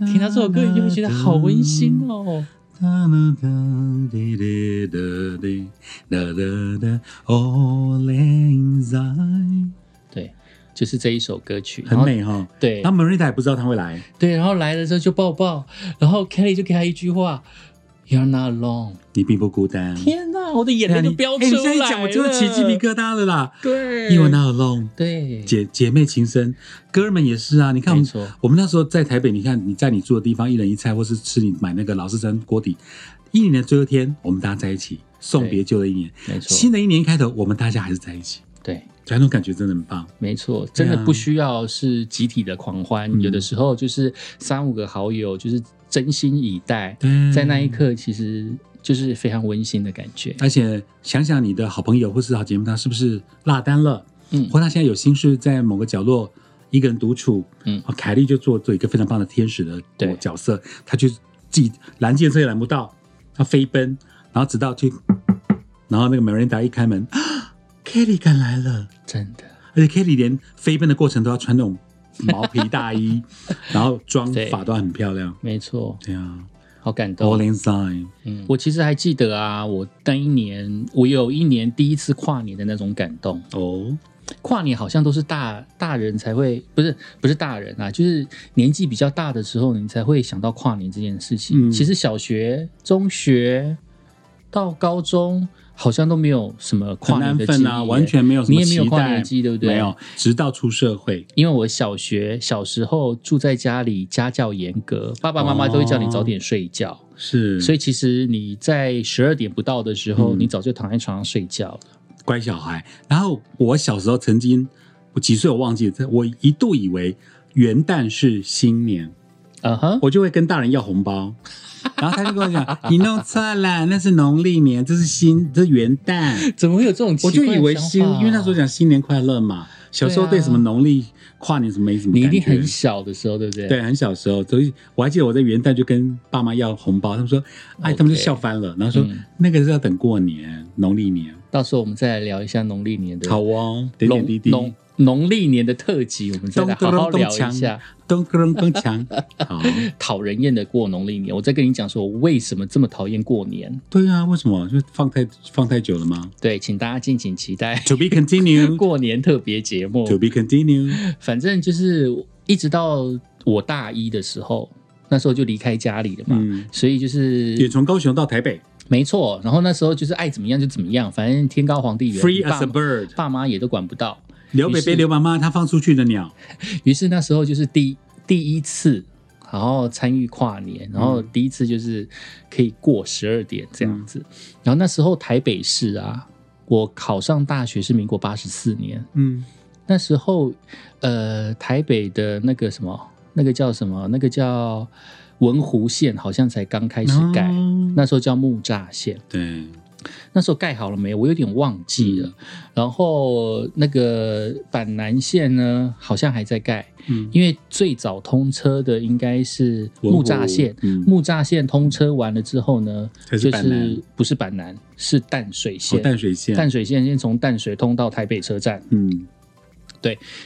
Speaker 1: 听到这首歌，你就会觉得好温馨。哦。
Speaker 2: 哒啦哒滴滴哒滴哦哒哒哒，All inside，
Speaker 1: 对，就是这一首歌曲，
Speaker 2: 很
Speaker 1: 然后。
Speaker 2: 美哈。
Speaker 1: 对
Speaker 2: 然后 Marita 也不知道他会来，
Speaker 1: 对，然后来的时候就抱抱，然后 Kelly 就给他一句话：“You're not alone。
Speaker 2: 你并不孤单。”
Speaker 1: 天哪，我的眼
Speaker 2: 对啊
Speaker 1: 泪
Speaker 2: 你
Speaker 1: 就飙出来
Speaker 2: 哎你
Speaker 1: 了。
Speaker 2: 现在一讲，我就起鸡皮疙瘩了啦。
Speaker 1: 对，
Speaker 2: You are not alone，
Speaker 1: 对，
Speaker 2: 姐姐妹情深，哥们也是啊。你看我
Speaker 1: 没
Speaker 2: 们
Speaker 1: 错，
Speaker 2: 我们那时候在台北，你看你在你住的地方，一人一菜，或是吃你买那个老式蒸锅底。一年的最后一天，我们大家在一起送别旧的一年，
Speaker 1: 没错，
Speaker 2: 新的一年开头，我们大家还是在一起，
Speaker 1: 对。
Speaker 2: 所以那种感觉真的很棒。
Speaker 1: 没错，真的不需要是集体的狂欢，
Speaker 2: 嗯
Speaker 1: 有的时候就是三五个好友，就是真心以待，
Speaker 2: 对，
Speaker 1: 在那一，刻其实就是非常温馨的感觉。
Speaker 2: 而且想想你的好朋友或是好姐妹，她是不是落单了？
Speaker 1: 嗯
Speaker 2: 或她现在有心事，在某个角落一个人独处。
Speaker 1: 嗯，
Speaker 2: 哦，凯莉就做做一个非常棒的天使的
Speaker 1: 对
Speaker 2: 角色，她就自己拦计程车也拦不到，她飞奔，然后直到去，然后那个 Miranda 一开门、啊、，Kelly 赶来了，
Speaker 1: 真的，
Speaker 2: 而且 Kelly 连飞奔的过程都要穿那种毛皮大 衣，然后妆
Speaker 1: 对
Speaker 2: 发都很漂亮。
Speaker 1: 没错，
Speaker 2: 对啊
Speaker 1: 好感动。
Speaker 2: ，All inside，
Speaker 1: 嗯，我其实还记得啊，我那一年，我有一年第一次跨年的那种感动。
Speaker 2: 哦，
Speaker 1: 跨年好像都是大大人才会，不是不是大人啊，就是年纪比较大的时候，你才会想到跨年这件事情。
Speaker 2: 嗯
Speaker 1: 其实小学、中学到高中，好像都没有什么跨
Speaker 2: 很
Speaker 1: 年
Speaker 2: 安
Speaker 1: 的记
Speaker 2: 分
Speaker 1: 忆、
Speaker 2: 啊，完。全没有什么
Speaker 1: 你也没有
Speaker 2: 期
Speaker 1: 跨年
Speaker 2: 待
Speaker 1: 的记忆对不对
Speaker 2: 没有，直到出社会，
Speaker 1: 因为我小学小时候住在家里，家教严格，爸爸妈妈都会叫你早点睡觉，
Speaker 2: 是，
Speaker 1: 所
Speaker 2: 以
Speaker 1: 以其实你在十二点不到的时候，
Speaker 2: 嗯
Speaker 1: 你早就躺在床上睡觉了。
Speaker 2: 乖小孩。然后我小时候曾经，我几岁我忘记了，我一度以为元旦是新年，
Speaker 1: 嗯哼，
Speaker 2: 我就会跟大人要 红包。然后他就跟我讲：“ 你弄错了，那是农历年，这是新，这是元旦。”
Speaker 1: 怎么会有这种奇怪
Speaker 2: 我就
Speaker 1: 的
Speaker 2: 以为
Speaker 1: 想
Speaker 2: 新，
Speaker 1: 法啊
Speaker 2: 因为那时候讲新年快乐嘛，小时候对什么农历跨年什么没什么
Speaker 1: 你一
Speaker 2: 感觉，
Speaker 1: 定很小的时候，对不对？
Speaker 2: 对，很小时候，所以我还记得我在元旦就跟爸妈要红包，他们说，哎，
Speaker 1: OK
Speaker 2: 他们就笑翻了，然后说
Speaker 1: 嗯
Speaker 2: 那个是要等过年农历年，
Speaker 1: 到时候我们再来聊一下农历年的
Speaker 2: 好哦，点
Speaker 1: 农
Speaker 2: 点滴滴，
Speaker 1: 农农历年的特辑，我们再
Speaker 2: 咚
Speaker 1: 来
Speaker 2: 咚
Speaker 1: 好好
Speaker 2: 咚咚
Speaker 1: 聊
Speaker 2: 锵
Speaker 1: 一下，
Speaker 2: 咚咚咚 锵，好，
Speaker 1: 讨人厌的过农历年。我再跟你讲说，我为什么这么讨厌过年？
Speaker 2: 对啊，为什么就放太放太久 了吗
Speaker 1: 对，请大家敬请期待
Speaker 2: ？To be continued，To
Speaker 1: 过年特别节目。
Speaker 2: be continued，
Speaker 1: 反正就是一直到我大一的时候，那时候就离开家里了嘛，
Speaker 2: 嗯，
Speaker 1: 所以就是
Speaker 2: 也从高雄到台北
Speaker 1: 没错。然后那时候就是爱怎么样就怎么样，反正天高皇帝远
Speaker 2: ，Free
Speaker 1: 爸
Speaker 2: as a bird，
Speaker 1: 爸妈也都管不到。
Speaker 2: 刘北
Speaker 1: 于是
Speaker 2: 北、刘妈妈她放出去的鸟，
Speaker 1: 于是那时候就是第第一次，然后参与跨年，然后第一次就是可以过十二点这样子。然后那时候台北市啊，我考上大学是民国八十四年，
Speaker 2: 嗯，
Speaker 1: 那时候呃台北的那个什么，那个叫什么，那个叫文湖线，好像才刚开始盖。
Speaker 2: 哦
Speaker 1: 那时候叫木栅线，
Speaker 2: 对，
Speaker 1: 那时候盖好了没？我有点忘记
Speaker 2: 嗯
Speaker 1: 了。然后那个板南线呢，好像还在盖。
Speaker 2: 嗯，
Speaker 1: 因为最早通车的应该是木栅线，
Speaker 2: 嗯
Speaker 1: 木栅线通车完了之后呢，
Speaker 2: 才是
Speaker 1: 就
Speaker 2: 板南
Speaker 1: 是不是板南，是淡水
Speaker 2: 哦，
Speaker 1: 线。
Speaker 2: 淡水线，
Speaker 1: 淡水线先从淡水通到台北车站，
Speaker 2: 嗯，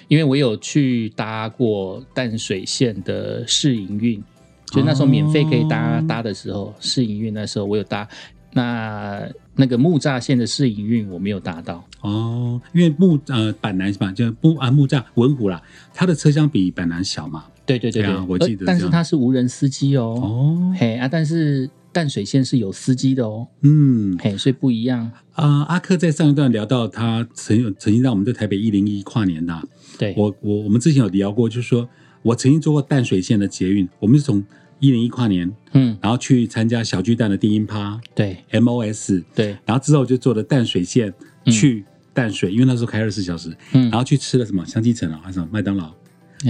Speaker 1: 因为我有去搭过淡水线的试营运，就那时候免费可以搭、
Speaker 2: 哦
Speaker 1: 搭的时候，试营运那时候我有搭。那那个木栅线的试营运我没有搭到，
Speaker 2: 哦，因为木呃板南是吧，就木啊木栅文湖啦，它的车厢比板南小嘛。
Speaker 1: 对对对
Speaker 2: 对
Speaker 1: 对，
Speaker 2: 啊我记得
Speaker 1: 呃但
Speaker 2: 这
Speaker 1: 是
Speaker 2: 样
Speaker 1: 它是无人司机哦，
Speaker 2: 哦，
Speaker 1: 嘿啊，但是淡水线是有司机的哦，
Speaker 2: 嗯
Speaker 1: 嘿，所以不一样。
Speaker 2: 啊、阿克在上一段聊到他曾有曾经让我们在台北一零一跨年呐、
Speaker 1: 对，
Speaker 2: 我我我们之前有聊过，就是说我曾经坐过淡水线的捷运，我们是从一零一跨年，
Speaker 1: 嗯，
Speaker 2: 然后去参加小巨蛋的低音趴
Speaker 1: 对
Speaker 2: MOS，
Speaker 1: 对，
Speaker 2: 然后之后就坐了淡水线
Speaker 1: 嗯
Speaker 2: 去淡水，因为那时候开二十四小时，
Speaker 1: 嗯，
Speaker 2: 然后去吃了什么香鸡城啊，还是什么麦当劳、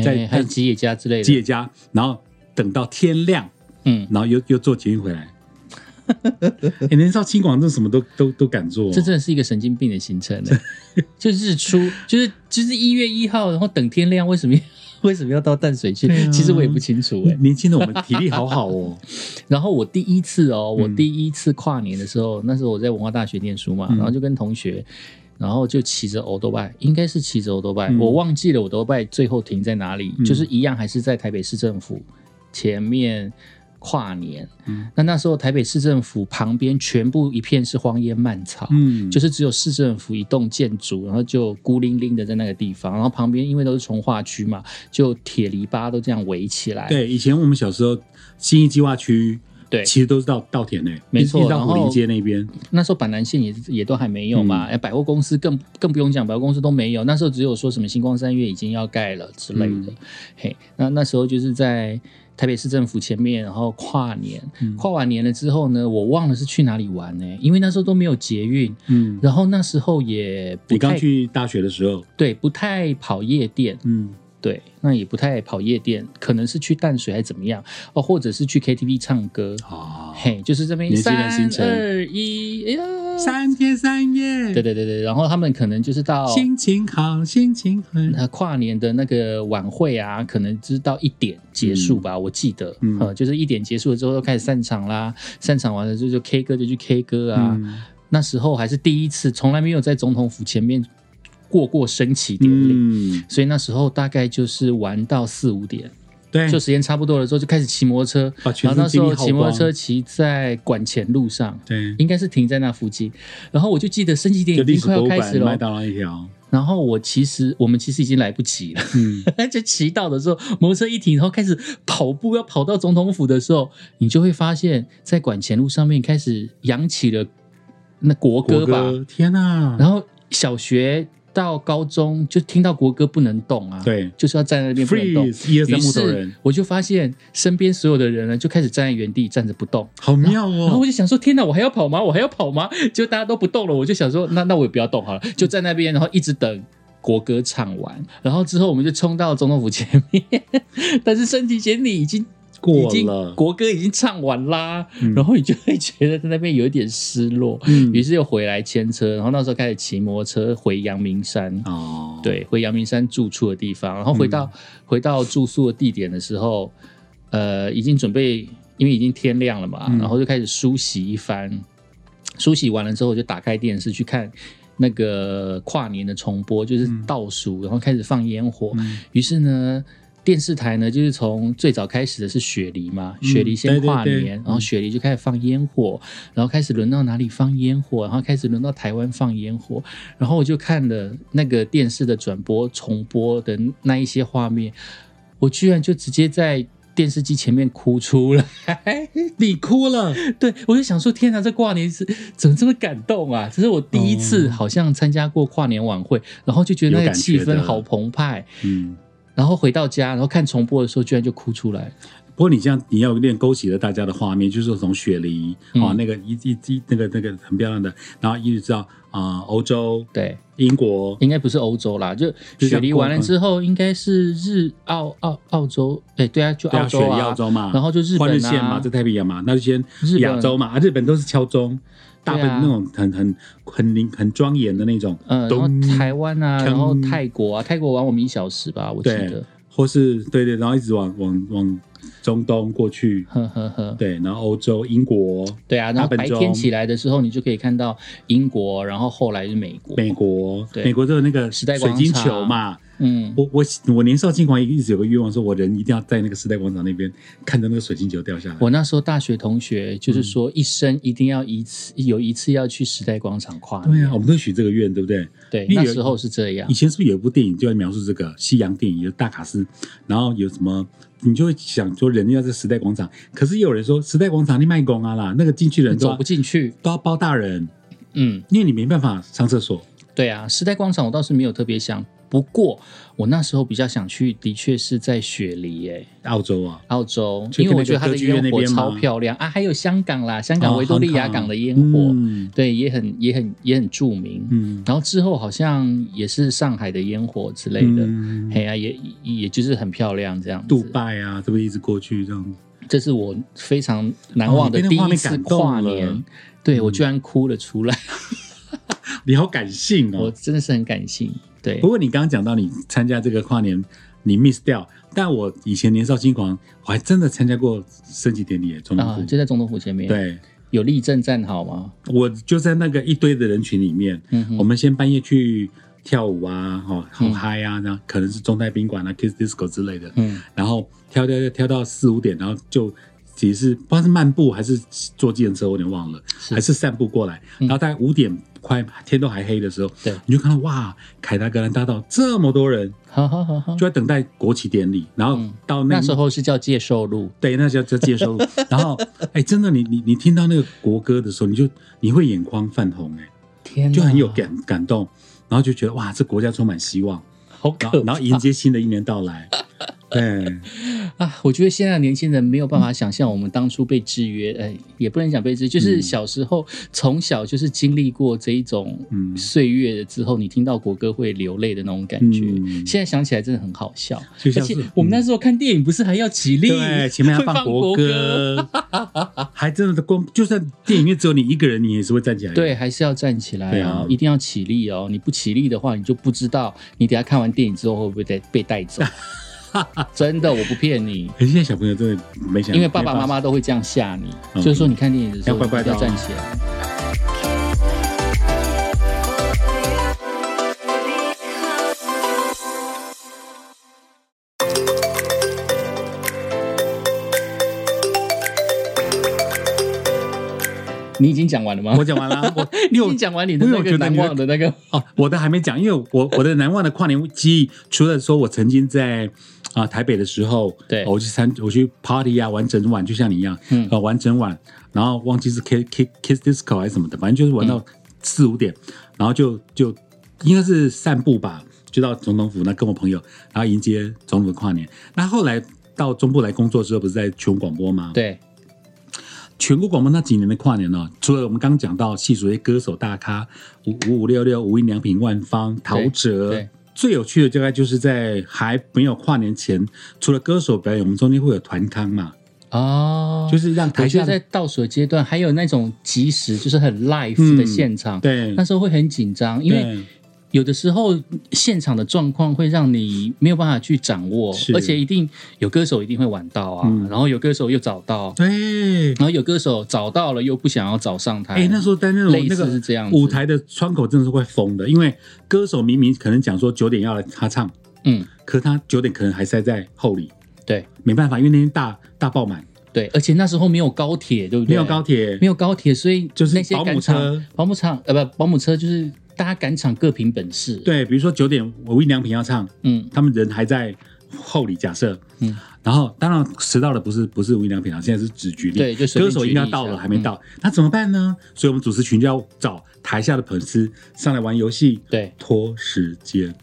Speaker 2: 在
Speaker 1: 哎还有吉野家之类
Speaker 2: 吉野
Speaker 1: 的，
Speaker 2: 家，然后等到天亮。
Speaker 1: 嗯，
Speaker 2: 然后又又做捷运回 来。哎、年少轻狂，这什么都都都敢做、
Speaker 1: 这真的是一个神经病的行程呢。 就日出，就是就是一月一号，然后等天亮，为什么要 为什么要到淡水去
Speaker 2: 对啊？
Speaker 1: 其实我也不清楚哎。
Speaker 2: 年轻的我们体力 好好哦。
Speaker 1: 然后我第一次哦，我
Speaker 2: 嗯
Speaker 1: 第一次跨年的时候，那时候我在文化大学念书嘛，
Speaker 2: 嗯
Speaker 1: 然后就跟同学。然后就骑着欧多拜，应该是骑着欧多拜，
Speaker 2: 嗯
Speaker 1: 我忘记了欧多拜最后停在哪里，
Speaker 2: 嗯
Speaker 1: 就是一样还是在台北市政府前面跨年。
Speaker 2: 嗯
Speaker 1: 那那时候台北市政府旁边全部一片是荒烟蔓草，
Speaker 2: 嗯，
Speaker 1: 就是是只有市政府一栋建筑，然后就孤零零的在那个地方，然后旁边因为都是从化区嘛，就铁篱笆都这样围起来。
Speaker 2: 对以前我们小时候新义计划区，
Speaker 1: 对
Speaker 2: 其实都是到稻田内，
Speaker 1: 没错
Speaker 2: 一直到
Speaker 1: 然
Speaker 2: 虎
Speaker 1: 后
Speaker 2: 林街那边，
Speaker 1: 那时候板南线也也都还没有
Speaker 2: 嗯
Speaker 1: 嘛，哎百货公司更更不用讲，百货公司都没有。那时候只有说什么星光三月已经要盖了之类的。
Speaker 2: 嗯
Speaker 1: 嘿，那那时候就是在台北市政府前面，然后跨年，
Speaker 2: 嗯
Speaker 1: 跨完年了之后呢，我忘了是去哪里玩呢、因为那时候都没有捷运，
Speaker 2: 嗯，
Speaker 1: 然后那时候也不
Speaker 2: 你刚
Speaker 1: 太
Speaker 2: 去大学的时候，
Speaker 1: 对不太跑夜店，
Speaker 2: 嗯，
Speaker 1: 对，那也不太跑夜店，可能是去淡水还是怎么样哦，或者是去 KTV 唱歌。
Speaker 2: 啊，
Speaker 1: 嘿，就是这边
Speaker 2: 年轻人
Speaker 1: 三
Speaker 2: 行程
Speaker 1: 二一，哎呀，
Speaker 2: 三天三夜，
Speaker 1: 对对对对，然后他们可能就是到
Speaker 2: 心情好，心情很
Speaker 1: 呃跨年的那个晚会啊，可能就是到一点结束吧，我记得，
Speaker 2: 嗯
Speaker 1: 呃，就是一点结束了之后都开始散场啦，散场完了就就 K 歌就去 K 歌啊，
Speaker 2: 嗯
Speaker 1: 那时候还是第一次，从来没有在总统府前面过过升旗典礼。
Speaker 2: 嗯，
Speaker 1: 所以那时候大概就是玩到四五点，
Speaker 2: 对，
Speaker 1: 就时间差不多了之后，就开始骑摩托车。
Speaker 2: 把嗯啊全
Speaker 1: 然后
Speaker 2: 身
Speaker 1: 那时
Speaker 2: 精力
Speaker 1: 候
Speaker 2: 耗
Speaker 1: 骑摩托
Speaker 2: 光，
Speaker 1: 车骑在管前路上，
Speaker 2: 对，
Speaker 1: 应该是停在那附近。然后我就记得升旗典
Speaker 2: 就
Speaker 1: 礼已
Speaker 2: 历
Speaker 1: 经快
Speaker 2: 史博
Speaker 1: 要
Speaker 2: 物
Speaker 1: 开始
Speaker 2: 馆、
Speaker 1: 了哦
Speaker 2: 麦，当劳一条，
Speaker 1: 然后我其实我们其实已经来不及了，
Speaker 2: 嗯，
Speaker 1: 就骑到的时候，摩托车一停，然后开始跑步，要跑到总统府的时候，你就会发现，在管前路上面开始扬起了那国 歌
Speaker 2: 国
Speaker 1: 吧，
Speaker 2: 歌，天哪，
Speaker 1: 然后小学到高中就听到国歌不能动啊，，
Speaker 2: 对
Speaker 1: 就是要站在那边不能动。
Speaker 2: ，freeze 一二三
Speaker 1: 于
Speaker 2: 木头
Speaker 1: 是
Speaker 2: 人，
Speaker 1: 我就发现身边所有的人呢，就开始站在原地站着不动。
Speaker 2: 好妙
Speaker 1: 然后我
Speaker 2: 哦，
Speaker 1: 就想说，天哪，我还要跑吗？我还要跑吗？ 就大家都不动了，我就想说，那那我也不要动好了，就在那边，然后一直等国歌唱完，然后之后我们就冲到总统府前面，但是升旗典礼已经已
Speaker 2: 过
Speaker 1: 经
Speaker 2: 了，
Speaker 1: 国歌已经唱完啦，
Speaker 2: 嗯
Speaker 1: 然后你就会觉得在那边有一点失落，
Speaker 2: 嗯
Speaker 1: 于是又回来牵车，然后那时候开始骑摩托车回阳明山。
Speaker 2: 哦，，嗯
Speaker 1: 对，回阳明山住处的地方，然后回到、回到住宿的地点的时候，呃，已经准备，因为已经天亮了嘛，
Speaker 2: 嗯
Speaker 1: 然后就开始梳洗一番。梳洗完了之后，我就打开电视去看那个跨年的重播，就是
Speaker 2: 嗯
Speaker 1: 倒数，然后开始放烟火。
Speaker 2: 嗯
Speaker 1: 于是呢，电视台呢就是从最早开始的是雪梨嘛，
Speaker 2: 嗯
Speaker 1: 雪梨先跨年，
Speaker 2: 对对嗯对
Speaker 1: 然后雪梨就开始放烟火，然后开始轮到哪里放烟火，然后开始轮到台湾放烟火，然后我就看了那个电视的转播重播的那一些画面，我居然就直接在。电视机前面哭出来，
Speaker 2: 你哭了，
Speaker 1: 对我就想说，天哪，啊这跨年是怎么这么感动啊？这是我第一次
Speaker 2: 哦
Speaker 1: 好像参加过跨年晚会，然后就觉得那
Speaker 2: 有
Speaker 1: 个
Speaker 2: 感
Speaker 1: 气
Speaker 2: 觉
Speaker 1: 氛
Speaker 2: 的
Speaker 1: 好澎湃，
Speaker 2: 嗯。
Speaker 1: 然后回到家，然后看重播的时候，居然就哭出来。
Speaker 2: 不过你这样，你要有点勾起了大家的画面，就是从雪梨
Speaker 1: 嗯
Speaker 2: 啊、那个一一一那个那个很漂亮的，然后一直到啊、欧洲、
Speaker 1: 对，
Speaker 2: 英国，
Speaker 1: 应该不是欧洲啦，就
Speaker 2: 就
Speaker 1: 雪
Speaker 2: 像
Speaker 1: 梨
Speaker 2: 逛
Speaker 1: 完了之后，应该是日澳澳澳洲，哎，对啊，就
Speaker 2: 对
Speaker 1: 澳
Speaker 2: 啊，雪
Speaker 1: 洲
Speaker 2: 梨、
Speaker 1: 啊，
Speaker 2: 澳洲嘛，
Speaker 1: 然后就日
Speaker 2: 换日
Speaker 1: 本
Speaker 2: 线嘛，
Speaker 1: 啊
Speaker 2: 在，太平洋嘛，那就先
Speaker 1: 日本
Speaker 2: 亚洲嘛，啊，日本都是敲钟，大部分
Speaker 1: 对啊
Speaker 2: 那种很很很凝很庄严的那种，
Speaker 1: 嗯，然后
Speaker 2: 咚
Speaker 1: 台湾啊，
Speaker 2: 锵
Speaker 1: 然后泰国啊，泰国玩我们一小时吧，我记
Speaker 2: 对
Speaker 1: 得，
Speaker 2: 或是对对，然后一直往往往中东过去，
Speaker 1: 呵呵呵，
Speaker 2: 对，然后欧洲、英国、
Speaker 1: 对啊，然后
Speaker 2: 大本
Speaker 1: 白
Speaker 2: 钟
Speaker 1: 天起来的时候，你就可以看到英国，然后后来是美国，
Speaker 2: 美国，
Speaker 1: 对
Speaker 2: 美国都有那个
Speaker 1: 时代
Speaker 2: 水晶
Speaker 1: 广场
Speaker 2: 球嘛，
Speaker 1: 嗯，
Speaker 2: 我我我年少轻狂一直有个愿望，说我人一定要在那个时代广场那边看着那个水晶球掉下来。
Speaker 1: 我那时候大学同学
Speaker 2: 嗯
Speaker 1: 就是说，一生一定要一次有一次要去时代广场跨
Speaker 2: 对
Speaker 1: 年，
Speaker 2: 啊，我们都许这个愿，对不对？
Speaker 1: 对，
Speaker 2: 因为
Speaker 1: 那
Speaker 2: 有
Speaker 1: 时候是这样
Speaker 2: 以，前是不是有一部电影就在描述这个西洋电影，有大卡司，然后有什么，你就会想说人要在时代广场，可是也有人说时代广场你卖公啊啦，那个进去的人都
Speaker 1: 走
Speaker 2: 要
Speaker 1: 不进去，
Speaker 2: 都要包大人，
Speaker 1: 嗯。
Speaker 2: 因为你没办法上厕所。
Speaker 1: 对啊，时代广场我倒是没有特别想，不过我那时候比较想去，的确是在雪梨耶、
Speaker 2: 澳洲啊，
Speaker 1: 澳洲，
Speaker 2: 去
Speaker 1: 因为
Speaker 2: 那
Speaker 1: 我
Speaker 2: 个
Speaker 1: 觉得它
Speaker 2: 歌
Speaker 1: 的
Speaker 2: 剧院
Speaker 1: 烟
Speaker 2: 那
Speaker 1: 火
Speaker 2: 边吗
Speaker 1: 超漂亮啊，还有香港啦，香港
Speaker 2: 哦
Speaker 1: 维多利亚
Speaker 2: 香
Speaker 1: 港的烟火，
Speaker 2: 嗯
Speaker 1: 对，也很也很也很著名。
Speaker 2: 嗯
Speaker 1: 然后之后好像也是上海的烟火之类的，
Speaker 2: 嗯，
Speaker 1: 嘿啊，也也也就是很漂亮这样子。
Speaker 2: 杜拜啊，这不一直过去这样子，
Speaker 1: 这是我非常难忘的
Speaker 2: 哦你
Speaker 1: 第
Speaker 2: 被那画
Speaker 1: 一
Speaker 2: 面
Speaker 1: 次
Speaker 2: 感动
Speaker 1: 跨
Speaker 2: 了嗯
Speaker 1: 年，对我居然哭了出来，
Speaker 2: 你好感性哦。
Speaker 1: 我真的是很感性。对
Speaker 2: 不，过你刚刚讲到你参加这个跨年，你 miss 掉，但我以前年少轻狂，我还真的参加过升旗典礼耶，中
Speaker 1: 啊
Speaker 2: 国，。
Speaker 1: 就在总统府前面，
Speaker 2: 对，
Speaker 1: 有立正站好吗？
Speaker 2: 我就在那个一堆的人群里面，
Speaker 1: 嗯哼
Speaker 2: 我们先半夜去跳舞啊，哦，好
Speaker 1: 嗯
Speaker 2: 嗨啊，然后可能是中泰宾馆啊、Kiss Disco 之类的，
Speaker 1: 嗯
Speaker 2: 然后跳跳跳跳到四五点，然后就其实是不知道是漫步还是坐计程车，我有点忘了，还是散步过来。
Speaker 1: 嗯
Speaker 2: 然后大概五点快天都还黑的时候，
Speaker 1: 对
Speaker 2: 你就看到哇，凯达格兰大道这么多人，
Speaker 1: 好好好好
Speaker 2: 就，在等待国旗典礼，然后
Speaker 1: 嗯
Speaker 2: 到那
Speaker 1: 那时候是叫介寿路，
Speaker 2: 对，那叫叫 接收。然后，哎、真的，你你你听到那个国歌的时候，你就你会眼眶泛红、
Speaker 1: 天
Speaker 2: 哎，
Speaker 1: 哪
Speaker 2: 就很有，感感动，然后就觉得哇，这国家充满希望，
Speaker 1: 好
Speaker 2: 然
Speaker 1: 可
Speaker 2: 后
Speaker 1: 怕
Speaker 2: 然后迎接新的一年到来。对，
Speaker 1: 啊！我觉得现在的年轻人没有办法想象我们当初被制约，哎、也不能讲被制约，就是
Speaker 2: 嗯
Speaker 1: 小时候从、小就是经历过这一种
Speaker 2: 嗯
Speaker 1: 岁月之后，你听到国歌会流泪的那种感觉。
Speaker 2: 嗯
Speaker 1: 现在想起来真的很好笑，
Speaker 2: 就
Speaker 1: 而
Speaker 2: 像
Speaker 1: 且
Speaker 2: 是嗯
Speaker 1: 我们那时候看电影不是还要起立，
Speaker 2: 对前面要
Speaker 1: 会 放
Speaker 2: 国
Speaker 1: 歌，
Speaker 2: 歌， 还真的光，就算电影院只有你一个人，你也是会站起来。
Speaker 1: 对，，还是要站起来
Speaker 2: 对
Speaker 1: 哦
Speaker 2: 啊
Speaker 1: 一定要起立哦！你不起立的话，你就不知道你等一下看完电影之后会不会被被带 走。真的，我不骗你，
Speaker 2: 可是现在小朋友真的没想，
Speaker 1: 因为爸爸
Speaker 2: 没办
Speaker 1: 妈
Speaker 2: 法
Speaker 1: 妈都会这样吓你，
Speaker 2: 嗯
Speaker 1: 就是说你看电影的时候
Speaker 2: 要乖乖的哦
Speaker 1: 要站起来。你已经讲完了吗
Speaker 2: 我？讲完了，我
Speaker 1: 你已
Speaker 2: 六
Speaker 1: 经讲完你的
Speaker 2: 因为
Speaker 1: 那
Speaker 2: 我
Speaker 1: 个
Speaker 2: 觉得
Speaker 1: 难
Speaker 2: 你
Speaker 1: 忘的那 个，
Speaker 2: 哦，我的还没讲，因为我我的难忘的跨年记忆，除了说我曾经在啊、台北的时候，哦
Speaker 1: 对
Speaker 2: 我去参我去 party 啊，玩整晚，就像你一样，
Speaker 1: 嗯
Speaker 2: 呃，玩整晚，然后忘记是 kiss kiss kiss disco 还是什么的，反正就是
Speaker 1: 嗯
Speaker 2: 玩到四五点，然后就就应该是散步吧，就到总统府那跟我朋友，然后迎接总统的跨年。那后来到中部来工作之后，不是在全国广播吗？
Speaker 1: 对，
Speaker 2: 全国广播那几年的跨年呢、除了我们刚刚讲到细数一些歌手大咖，五五五六六、无印良品、万芳、陶
Speaker 1: 对
Speaker 2: 喆，最有趣的大概就是在还没有跨年前，除了歌手表演，我们中间会有团康嘛，
Speaker 1: 哦，
Speaker 2: 就是让台
Speaker 1: 我觉
Speaker 2: 下
Speaker 1: 得在倒数的阶段，还有那种即时，就是很 live 的现场，
Speaker 2: 嗯对
Speaker 1: 那时候会很紧张，因为
Speaker 2: 对
Speaker 1: 有的时候现场的状况会让你没有办法去掌握，
Speaker 2: 是
Speaker 1: 而且一定有歌手一定会晚到啊，
Speaker 2: 嗯
Speaker 1: 然后有歌手又早到，
Speaker 2: 对，
Speaker 1: 然后有歌手早到了又不想要早上台，
Speaker 2: 哎、那时候担任我
Speaker 1: 类
Speaker 2: 那
Speaker 1: 似是
Speaker 2: 个
Speaker 1: 这样子
Speaker 2: 舞，台的窗口真的是会疯的，因为歌手明明可能讲说九点要来他唱，
Speaker 1: 嗯，
Speaker 2: 可他九点可能还塞在后里，
Speaker 1: 对
Speaker 2: 没办法，因为那天大大爆满，
Speaker 1: 对，而且那时候没有高铁，对不对？
Speaker 2: 没有高铁，
Speaker 1: 没有高铁，所以
Speaker 2: 就是
Speaker 1: 那些赶
Speaker 2: 保姆
Speaker 1: 场
Speaker 2: 车、
Speaker 1: 保姆场呃不保姆车就是大家赶场各凭本事，，
Speaker 2: 对，比如说九点无印良品要唱，
Speaker 1: 嗯
Speaker 2: 他们人还在后里，假设，
Speaker 1: 嗯，
Speaker 2: 然后当然迟到的不是不是无印良品啊，现在是只举例，
Speaker 1: 对就随便
Speaker 2: 歌
Speaker 1: 举
Speaker 2: 手
Speaker 1: 例
Speaker 2: 应该到
Speaker 1: 一
Speaker 2: 了
Speaker 1: 下嗯
Speaker 2: 还没到，那怎么办呢？所以我们主持群就要找台下的粉丝上来玩游戏，
Speaker 1: 对，
Speaker 2: 拖时间，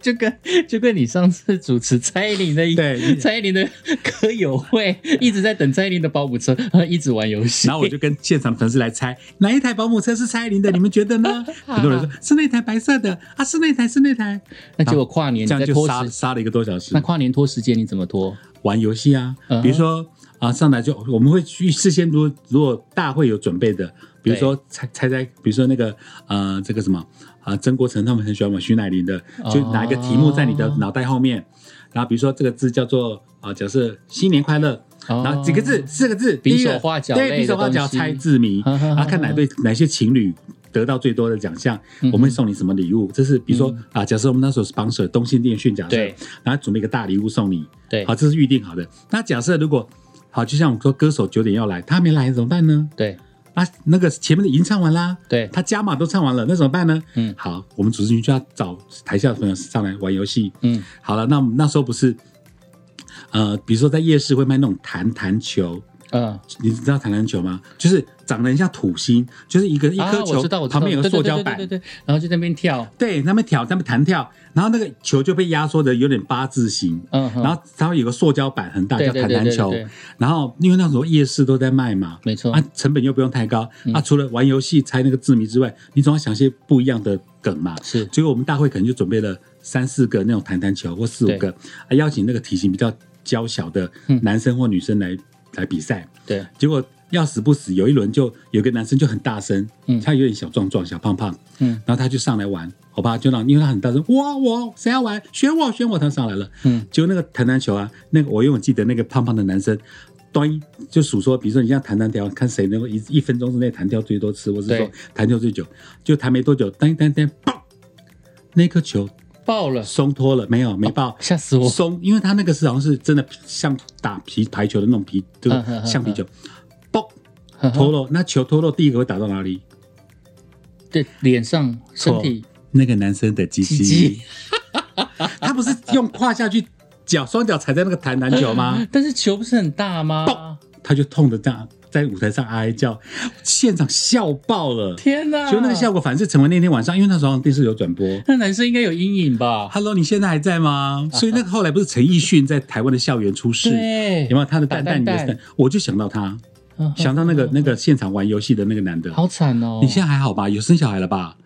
Speaker 1: 就跟就跟你上次主持蔡依林的一
Speaker 2: 对
Speaker 1: 蔡依林的 歌友会，一直在等蔡依林的保姆车， 呃一直玩游戏。
Speaker 2: 然后我就跟现场粉丝来猜哪一台保姆车是蔡依林的，你们觉得 呢？很多人说是那台白色的啊，是那台是那台，
Speaker 1: 那结果跨年
Speaker 2: 这
Speaker 1: 你在
Speaker 2: 样就
Speaker 1: 拖
Speaker 2: 杀
Speaker 1: 时，
Speaker 2: 杀了一个多小时
Speaker 1: 那。跨年拖时间你怎么拖？
Speaker 2: 玩游戏啊
Speaker 1: 嗯哼，
Speaker 2: 比如说啊，上来就我们会去事先，如果如果大会有准备的，比如说猜猜猜，比如说那个呃，这个什么啊，曾国成他们很喜欢玩徐乃麟的，
Speaker 1: 哦
Speaker 2: 就拿一个题目在你的脑袋后面，然后比如说这个字叫做啊，假设新年快乐。
Speaker 1: 哦
Speaker 2: 然后几个字，四个字，
Speaker 1: 比手
Speaker 2: 第一个
Speaker 1: 画脚类的
Speaker 2: 对，比手画脚
Speaker 1: 东西
Speaker 2: 猜字 谜，
Speaker 1: 呵呵呵呵
Speaker 2: 然后看哪对哪些情侣得到最多的奖项，
Speaker 1: 嗯
Speaker 2: 我们会送你什么礼物？这是比如说啊，假设我们那时候 sponsor 东信电讯，假设
Speaker 1: 对，
Speaker 2: 然后准备一个大礼物送你，
Speaker 1: 对
Speaker 2: 好，这是预定好的。那假设如果好，就像我们说，歌手九点要来，他没来怎么办呢？
Speaker 1: 对
Speaker 2: 啊，那个前面的已经唱完啦，
Speaker 1: 对
Speaker 2: 他加码都唱完了，那怎么办呢？
Speaker 1: 嗯
Speaker 2: 好，我们主持人就要找台下的朋友上来玩游戏。
Speaker 1: 嗯，
Speaker 2: 好了，那我们那时候不是，呃，比如说在夜市会卖那种弹弹球，
Speaker 1: 嗯，
Speaker 2: 你知道弹弹球吗？就是长得很像土星，就是一个一
Speaker 1: 啊
Speaker 2: 颗
Speaker 1: 我
Speaker 2: 球、
Speaker 1: 知道，我知道
Speaker 2: 旁边有个
Speaker 1: 对
Speaker 2: 塑
Speaker 1: 对
Speaker 2: 胶
Speaker 1: 对
Speaker 2: 板
Speaker 1: 对，对对，然后就在那边跳，
Speaker 2: 对，他们挑，他们弹跳，然后那个球就被压缩的有点八字形，
Speaker 1: 嗯，哼
Speaker 2: 然后它会有个塑胶板很大，
Speaker 1: 对
Speaker 2: 叫
Speaker 1: 对
Speaker 2: 弹
Speaker 1: 对
Speaker 2: 弹
Speaker 1: 对
Speaker 2: 球
Speaker 1: 对对。嗯
Speaker 2: 然后因为那时候夜市都在卖嘛，
Speaker 1: 没错
Speaker 2: 啊，成本又不用太高
Speaker 1: 嗯
Speaker 2: 啊。除了玩游戏猜那个字谜之外，你总要想些不一样的梗嘛。
Speaker 1: 是
Speaker 2: 结果我们大会可能就准备了三四个那种弹弹球或四五个，啊，邀请那个体型比较娇小的
Speaker 1: 嗯
Speaker 2: 男生或女生来来比赛。
Speaker 1: 对，
Speaker 2: 结果要死不死，有一轮就有个男生就很大声，
Speaker 1: 嗯
Speaker 2: 他有点小壮壮、小胖胖，
Speaker 1: 嗯
Speaker 2: 然后他就上来玩，我爸就让，因为他很大声，我我谁要玩，选我选我，他上来了，
Speaker 1: 嗯，
Speaker 2: 结果那个弹弹球啊，那个我永远记得那个胖胖的男生。端一就数说，比如说你像弹弹条，看谁能够一一分钟之内弹跳最多次，或是
Speaker 1: 对
Speaker 2: 说弹跳最久，就弹没多久，单单单，砰，那颗球
Speaker 1: 爆了，
Speaker 2: 松脱了，没有没爆，
Speaker 1: 吓死我！
Speaker 2: 松，因为它那个是好像是真的像打皮排球的那种皮，就
Speaker 1: 嗯嗯嗯
Speaker 2: 是橡皮球，嘣脱落，那球脱落第一个会打到哪里？
Speaker 1: 对，脸上、身体、
Speaker 2: 那个男生的鸡
Speaker 1: 鸡
Speaker 2: 鸡
Speaker 1: 鸡，，
Speaker 2: 他不是用胯下去脚双脚踩在那个弹弹球吗？
Speaker 1: 但是球不是很大吗？
Speaker 2: 他就痛的这样在舞台上哀叫，现场笑爆了。
Speaker 1: 天哪！
Speaker 2: 就那个效果，反正成为那天晚上，因为那时候电视有转播。
Speaker 1: 那男生应该有阴影吧？
Speaker 2: Hello，你现在还在吗？所以那个后来不是陈奕迅在台湾的校园出事，
Speaker 1: 啊对，
Speaker 2: 有没有他的蛋蛋
Speaker 1: 打
Speaker 2: 也
Speaker 1: 蛋
Speaker 2: 是
Speaker 1: 蛋？
Speaker 2: 我就想到他，
Speaker 1: 有
Speaker 2: 想到那个那个现场玩游戏的那个男的，
Speaker 1: 嗯好惨哦！
Speaker 2: 你现在还好吧？有生小孩了吧？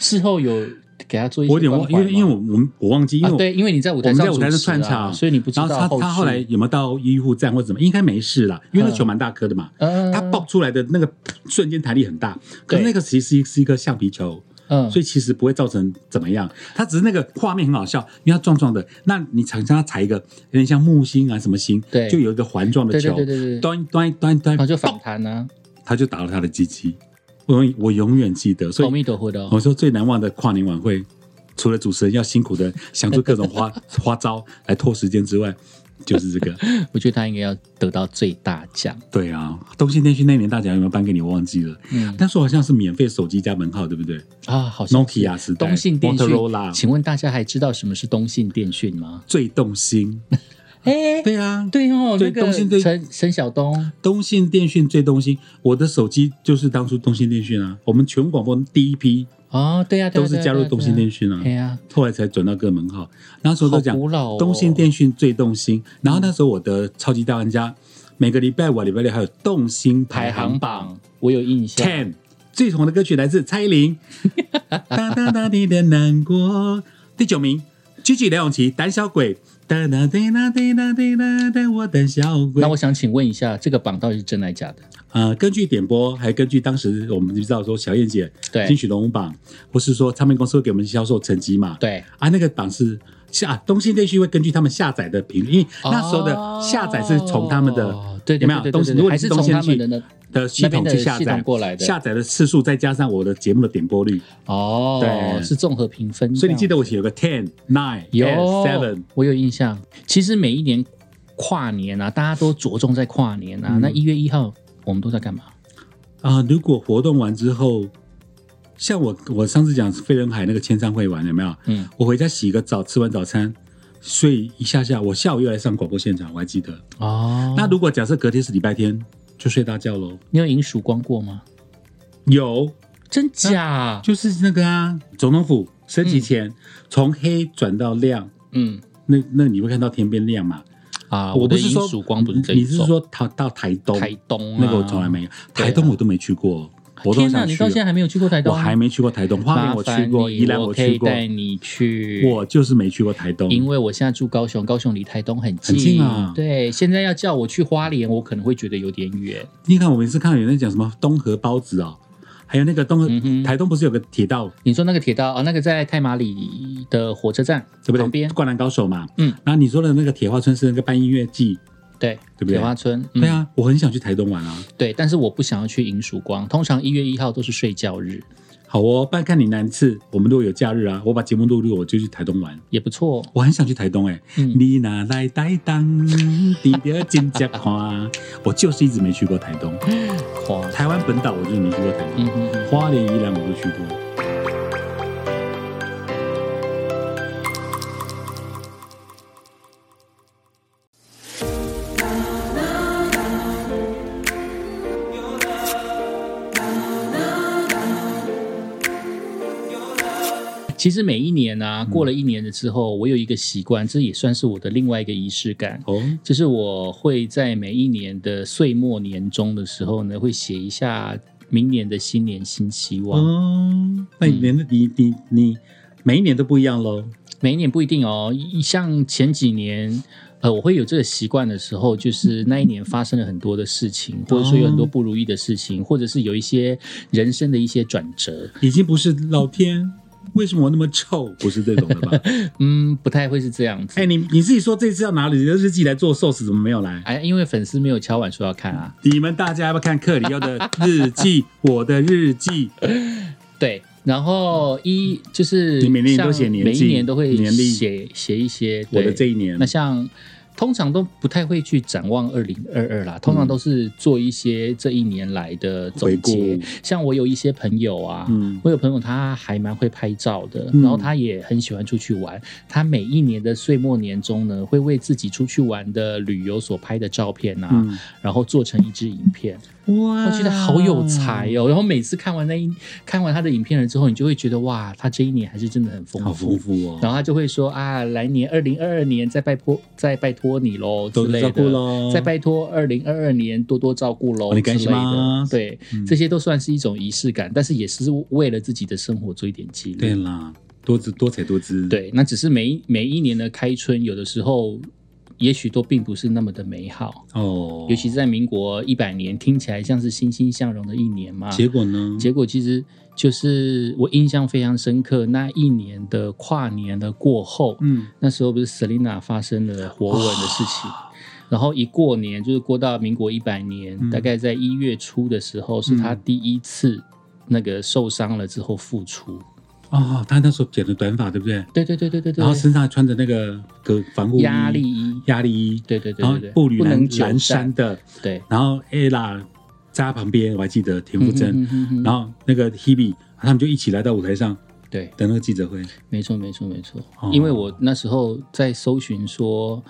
Speaker 1: 事后有给他做一些
Speaker 2: 我有点忘，因为因为
Speaker 1: 我
Speaker 2: 我我们我忘记，因为
Speaker 1: 啊，
Speaker 2: 我
Speaker 1: 对，因为你在舞台
Speaker 2: 我们
Speaker 1: 上
Speaker 2: 在舞台上
Speaker 1: 主持啊
Speaker 2: 串场
Speaker 1: 所以你不知
Speaker 2: 然
Speaker 1: 道
Speaker 2: 后他他后
Speaker 1: 续
Speaker 2: 来有没有到医护站或怎么？应该没事啦，因为那球蛮大颗的嘛。
Speaker 1: 嗯
Speaker 2: 他爆出来的那个瞬间弹力很大，可
Speaker 1: 对
Speaker 2: 是那个其实是一颗橡皮球，
Speaker 1: 嗯，
Speaker 2: 所以其实不会造成怎么样。它只是那个画面很好笑，因为它撞撞的。那你常常要踩一个有点像木星啊什么星，
Speaker 1: 对
Speaker 2: 就有一个环状的
Speaker 1: 对
Speaker 2: 球
Speaker 1: 对，对对对，
Speaker 2: 端端端端，
Speaker 1: 然后就
Speaker 2: 砰
Speaker 1: 反弹啊，
Speaker 2: 他就打了他的鸡鸡。我永我永远记得，所
Speaker 1: 阿
Speaker 2: 以
Speaker 1: 弥陀佛的哦，
Speaker 2: 我说最难忘的跨年晚会，除了主持人要辛苦的想出各 种花花招来拖时间之外，就是这个。
Speaker 1: 我觉得他应该要得到最大奖。
Speaker 2: 对啊，东信电讯那年大奖有没有颁给你？我忘记了，
Speaker 1: 嗯
Speaker 2: 但是我好像是免费手机加门号，对不对
Speaker 1: 啊，好像是
Speaker 2: ？Nokia 时代，
Speaker 1: 东信电讯
Speaker 2: Motorola，
Speaker 1: 请问大家还知道什么是东信电讯吗？
Speaker 2: 最 动心。
Speaker 1: 哎，
Speaker 2: 对啊，
Speaker 1: 对哦，
Speaker 2: 对
Speaker 1: 那个
Speaker 2: 东信对
Speaker 1: 陈陈晓东，
Speaker 2: 东信电讯最动心。我的手机就是当初东信电讯啊，我们全国广播第一批
Speaker 1: 哦，对呀，对
Speaker 2: 都
Speaker 1: 啊
Speaker 2: 是加入东信电，讯啊。
Speaker 1: 对呀，
Speaker 2: 后来才转到各门号。那时候都讲
Speaker 1: 好古老哦
Speaker 2: 东信电讯最动心，然后那时候我的超级大玩家，每个礼拜五、礼拜六还有动心
Speaker 1: 排
Speaker 2: 排
Speaker 1: 行
Speaker 2: 行
Speaker 1: 榜
Speaker 2: 榜
Speaker 1: 我有印象，
Speaker 2: Ten。最红的歌曲来自蔡 依林，哒哒哒滴的难过。第九名，Gigi 梁咏琪，《胆小鬼》。哒哒滴哒滴哒滴哒哒，我胆小鬼。
Speaker 1: 那我想请问一下，这个榜到底是真还假的？
Speaker 2: 呃，根据点播，还根据当时我们就知道说小燕姐
Speaker 1: 对
Speaker 2: 金曲龙虎榜，或是说唱片公司会给我们销售成绩嘛？
Speaker 1: 对，
Speaker 2: 啊，那个榜是下、啊、东信电讯会根据他们下载的频率，因为那时候的下载是从他们的、
Speaker 1: 哦对对
Speaker 2: 有没有
Speaker 1: 对对
Speaker 2: 东
Speaker 1: 对
Speaker 2: 西？
Speaker 1: 对
Speaker 2: 如果
Speaker 1: 还
Speaker 2: 你
Speaker 1: 是
Speaker 2: 东
Speaker 1: 从
Speaker 2: 信
Speaker 1: 他们的
Speaker 2: 电
Speaker 1: 那
Speaker 2: 讯的系
Speaker 1: 那
Speaker 2: 统
Speaker 1: 边的
Speaker 2: 去下
Speaker 1: 系
Speaker 2: 载
Speaker 1: 统过来的
Speaker 2: 下载的次数再加上我的节目的点播率，
Speaker 1: 哦，
Speaker 2: 对
Speaker 1: 是综合评分，
Speaker 2: 所以你记得
Speaker 1: 我
Speaker 2: 我有个 ten nine
Speaker 1: 有
Speaker 2: seven，
Speaker 1: 我有印象。其实每一年跨年啊，大家都着重在跨年啊。
Speaker 2: 嗯
Speaker 1: 那一月一号我们都在干嘛？
Speaker 2: 啊，如果活动完之后，像我我上次讲飞轮海那个签唱会完有没有？
Speaker 1: 嗯，
Speaker 2: 我回家洗个澡，吃完早餐，睡一下下，我下午又来上广播现场，我还记得。
Speaker 1: 哦，
Speaker 2: 那如果假设隔天是礼拜天，就睡大觉喽。
Speaker 1: 你有迎曙光过吗？
Speaker 2: 有，
Speaker 1: 真假？
Speaker 2: 就是那个啊，总统府升级前从、黑转到亮，
Speaker 1: 嗯
Speaker 2: 那那你会看到天边亮嘛？
Speaker 1: 啊，
Speaker 2: 我
Speaker 1: 的
Speaker 2: 不是
Speaker 1: 迎
Speaker 2: 说
Speaker 1: 曙光不是这
Speaker 2: 你
Speaker 1: 一
Speaker 2: 是
Speaker 1: 种，
Speaker 2: 说到到台东？
Speaker 1: 台东啊
Speaker 2: 那个我从来没有，
Speaker 1: 对啊
Speaker 2: 台东我都没去过，我都
Speaker 1: 天
Speaker 2: 想
Speaker 1: 你
Speaker 2: 去
Speaker 1: 到现在
Speaker 2: 了。
Speaker 1: 还没有去过台东？
Speaker 2: 我还没去过台东，花莲我去
Speaker 1: 麻
Speaker 2: 过，
Speaker 1: 烦你
Speaker 2: 宜兰
Speaker 1: 我可
Speaker 2: 去
Speaker 1: 以
Speaker 2: 过，
Speaker 1: 带你去。
Speaker 2: 我就是没去过台东。
Speaker 1: 因为我现在住高雄，高雄离台东很近
Speaker 2: 很近啊
Speaker 1: 对，现在要叫我去花莲，我可能会觉得有点远。
Speaker 2: 你看，我每次看到有人在讲什么东河包子哦，还有那个东河、
Speaker 1: 嗯哼
Speaker 2: 台东不是有个铁道
Speaker 1: 你说那个铁道啊、哦那个在太马里的火车站
Speaker 2: 对不
Speaker 1: 旁
Speaker 2: 对？
Speaker 1: 边，
Speaker 2: 灌篮高手嘛，
Speaker 1: 嗯，
Speaker 2: 然后你说的那个铁花村是那个办音乐季，
Speaker 1: 对，
Speaker 2: 对不对
Speaker 1: 铁花村，嗯
Speaker 2: 对，啊，我很想去台东玩啊。
Speaker 1: 对，但是我不想要去迎曙光，通常一月一号都是睡觉日，
Speaker 2: 好哦，不然看你哪一次，我们如果有假日啊，我把节目录录，我就去台东玩。
Speaker 1: 也不错。
Speaker 2: 我很想去台东哎、
Speaker 1: 嗯
Speaker 2: 你哪来台东？你的金家花，我就是一直没去过台东。
Speaker 1: 哇，
Speaker 2: 台湾本岛我就是没去过台东，
Speaker 1: 哦嗯嗯嗯，
Speaker 2: 花莲、宜兰我都去过。
Speaker 1: 其实每一年啊，
Speaker 2: 嗯
Speaker 1: 过了一年了之后，我有一个习惯，这也算是我的另外一个仪式感。
Speaker 2: 哦，
Speaker 1: 就是我会在每一年的岁末年终的时候呢，会写一下明年的新年新希望。
Speaker 2: 哦，那
Speaker 1: 嗯
Speaker 2: 你连你你你每一年都不一样喽。
Speaker 1: 每一年不一定哦，一像前几年，呃，我会有这个习惯的时候，就是那一年发生了很多的事情，或者说有很多
Speaker 2: 哦
Speaker 1: 不如意的事情，或者是有一些人生的一些转折，
Speaker 2: 已经不是老天，为什么我那么臭？不是这种的吧？
Speaker 1: 嗯，不太会是这样子
Speaker 2: 哎、。你你自己说这次要拿你的日记来做寿司，怎么没有来？
Speaker 1: 哎，因为粉丝没有敲碗说要看
Speaker 2: 嗯
Speaker 1: 啊，
Speaker 2: 你们大家要不要看克里奥的日记？我的日记，
Speaker 1: 对。然后一就是
Speaker 2: 你每年
Speaker 1: 像
Speaker 2: 都写年
Speaker 1: 每一
Speaker 2: 纪
Speaker 1: 年都会
Speaker 2: 年历
Speaker 1: 写写一些
Speaker 2: 我的
Speaker 1: 对
Speaker 2: 这一年
Speaker 1: 那像通常都不太会去展望二零二二
Speaker 2: 嗯
Speaker 1: 啦，通常都是做一些这一年来的总
Speaker 2: 回
Speaker 1: 结
Speaker 2: 顾。
Speaker 1: 像我有一些朋友啊，
Speaker 2: 嗯
Speaker 1: 我有朋友他还蛮会拍照的，
Speaker 2: 嗯
Speaker 1: 然后他也很喜欢出去玩。他每一年的岁末年终呢，会为自己出去玩的旅游所拍的照片啊，
Speaker 2: 嗯，啊
Speaker 1: 然后做成一支影片。
Speaker 2: 哇
Speaker 1: 我觉得好有才哦！然后每次看完那一看完他的影片了之后，你就会觉得哇，他这一年还是真的很丰
Speaker 2: 好
Speaker 1: 富
Speaker 2: 丰。富哦，
Speaker 1: 然后他就会说啊，来年二零二二年再拜托再拜托你喽之
Speaker 2: 多多
Speaker 1: 类
Speaker 2: 照顾哦
Speaker 1: 的，
Speaker 2: 喽，
Speaker 1: 再拜托二零二二年多多照顾喽
Speaker 2: お願
Speaker 1: 之
Speaker 2: い
Speaker 1: 类
Speaker 2: し
Speaker 1: 的
Speaker 2: ま。す
Speaker 1: 对，
Speaker 2: 嗯
Speaker 1: 这些都算是一种仪式感，但是也是为了自己的生活做一点记
Speaker 2: 对
Speaker 1: 录。
Speaker 2: 啦，多姿多彩多姿，，
Speaker 1: 对，那只是每一每一年的开春，有的时候也许都并不是那么的美好，
Speaker 2: 哦，
Speaker 1: 尤其在民国一百年，听起来像是欣欣向荣的一年嘛，
Speaker 2: 结果呢，
Speaker 1: 结果其实就是我印象非常深刻，那一年的跨年的过后，
Speaker 2: 嗯，
Speaker 1: 那时候不是 Selina 发生了火吻的事情，然后一过年就是过到民国一百年，
Speaker 2: 嗯
Speaker 1: 大概在一月初的时候，是她第一次那个受伤了之后复出。
Speaker 2: 哦，他那时候剪了短发，对不对？
Speaker 1: 对对对对对对，
Speaker 2: 然后身上穿着那个隔防护衣
Speaker 1: 压力衣，
Speaker 2: 压力衣，
Speaker 1: 对对对
Speaker 2: 然后
Speaker 1: 对对，
Speaker 2: 步履
Speaker 1: 不能
Speaker 2: 蹒
Speaker 1: 久
Speaker 2: 蹒跚
Speaker 1: 站，
Speaker 2: 的，
Speaker 1: 对，
Speaker 2: 然后 ella 在他旁边，我还记得田馥甄，
Speaker 1: 嗯哼哼哼哼
Speaker 2: 然后那个 Hebe 他们就一起来到舞台上
Speaker 1: 对，
Speaker 2: 等那个记者会，
Speaker 1: 没错，没错，没错
Speaker 2: 哦。
Speaker 1: 因为我那时候在搜寻说，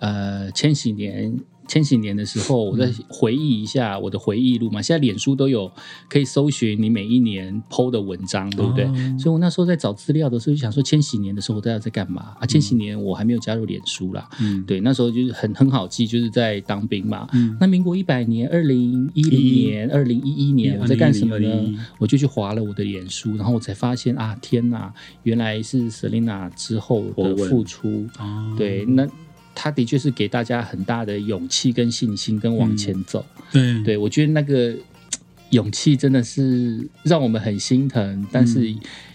Speaker 1: 呃，千禧年。千禧年的时候，我在回忆一下我的回忆录嘛。现在脸书都有可以搜寻你每一年 PO 的文章，对不对？
Speaker 2: 哦
Speaker 1: 所以我那时候在找资料的时候，就想说千禧年的时候我到底在干嘛啊？千禧年我还没有加入脸书啦。
Speaker 2: 嗯，
Speaker 1: 对，那时候就是很很好记，就是在当兵嘛。
Speaker 2: 嗯，
Speaker 1: 那民国一百年，二零一零年、二零一一年，我在干什么
Speaker 2: 2010
Speaker 1: 呢？我就去划了我的脸书，然后我才发现啊，天哪，原来是 Selina 之后
Speaker 2: 火
Speaker 1: 的
Speaker 2: 纹
Speaker 1: 付出。
Speaker 2: 哦，
Speaker 1: 对，那她的确是给大家很大的勇气跟信心，跟往前走。
Speaker 2: 对
Speaker 1: 对我觉得那个嘖勇气真的是让我们很心疼，但是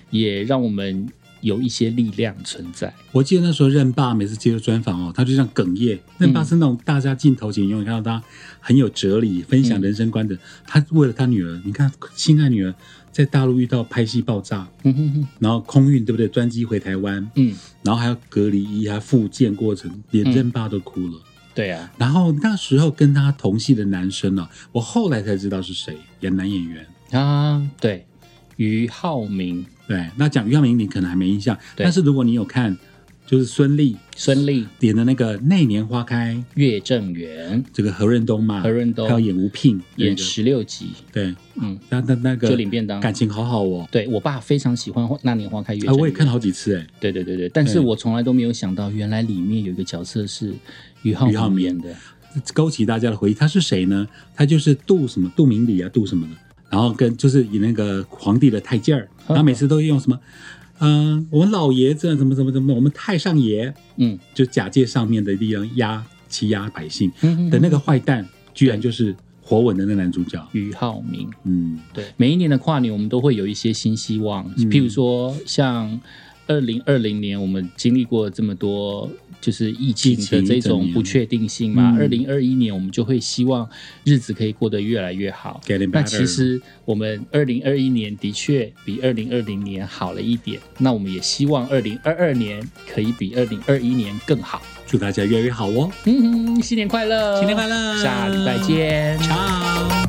Speaker 1: 也让我们有一些力量存在。
Speaker 2: 我记得那时候任爸每次接受专访哦，他就像哽咽。
Speaker 1: 嗯
Speaker 2: 任爸是那种大家镜头前永远看到他很有哲理、分
Speaker 1: 嗯
Speaker 2: 享人生观的。他为了他女儿，你看亲爱女儿在大陆遇到拍戏爆炸，
Speaker 1: 嗯哼哼，
Speaker 2: 然后空运对不对？专机回台湾，
Speaker 1: 嗯，
Speaker 2: 然后还要隔离医，还要复健过程，连
Speaker 1: 嗯
Speaker 2: 任爸都哭了。
Speaker 1: 对啊，
Speaker 2: 然后那时候跟他同戏的男生呢、我后来才知道是谁，演男演员。
Speaker 1: 啊，对，于浩明、
Speaker 2: 对，那讲俞灏明你可能还没印象，
Speaker 1: 对
Speaker 2: 但是如果你有看，就是孙俪
Speaker 1: 孙俪、
Speaker 2: 演的那个《那年花开》，
Speaker 1: 岳正元
Speaker 2: 这个何润东嘛，
Speaker 1: 何润东
Speaker 2: 还有演吴聘，
Speaker 1: 演
Speaker 2: 那个
Speaker 1: 十六集，
Speaker 2: 对，
Speaker 1: 嗯，
Speaker 2: 那那那个
Speaker 1: 就领便当
Speaker 2: 感情好好哦。
Speaker 1: 对我爸非常喜欢《那年花开月
Speaker 2: 啊，
Speaker 1: 正圆》
Speaker 2: 我也看了好几次哎，
Speaker 1: 对对对对，但是
Speaker 2: 对
Speaker 1: 我从来都没有想到，原来里面有一个角色是俞
Speaker 2: 俞灏
Speaker 1: 灏
Speaker 2: 明
Speaker 1: 明演的。
Speaker 2: 勾起大家的回忆。他是谁呢？他就是杜什么杜明礼啊，杜什么的，然后跟就是以那个皇帝的太监儿，然后每次都用什么，嗯、我们老爷子怎么怎么怎么，我们太上爷
Speaker 1: 嗯，
Speaker 2: 就假借上面的力量压欺压百姓
Speaker 1: 嗯
Speaker 2: 的那个坏蛋，居然就是火吻的那个男 主角。
Speaker 1: 俞灏明，
Speaker 2: 嗯，
Speaker 1: 对，每一年的跨年我们都会有一些新希望，
Speaker 2: 嗯
Speaker 1: 譬如说像二零二零年，我们经历过这么多。就是疫情
Speaker 2: 疫情
Speaker 1: 的
Speaker 2: 一
Speaker 1: 这
Speaker 2: 整
Speaker 1: 种
Speaker 2: 年
Speaker 1: 不确定性嘛，二
Speaker 2: 嗯
Speaker 1: 零二一年我们就会希望日子可以过得越来越好。
Speaker 2: Getting
Speaker 1: 那
Speaker 2: better
Speaker 1: 其实我们二零二一年的确比二零二零年好了一点，那我们也希望二零二二年可以比二零二一年更好。
Speaker 2: 祝大家越来越好哦，
Speaker 1: 嗯，哼，新年快乐！
Speaker 2: 新年快乐，
Speaker 1: 下礼拜见。
Speaker 2: ，Ciao。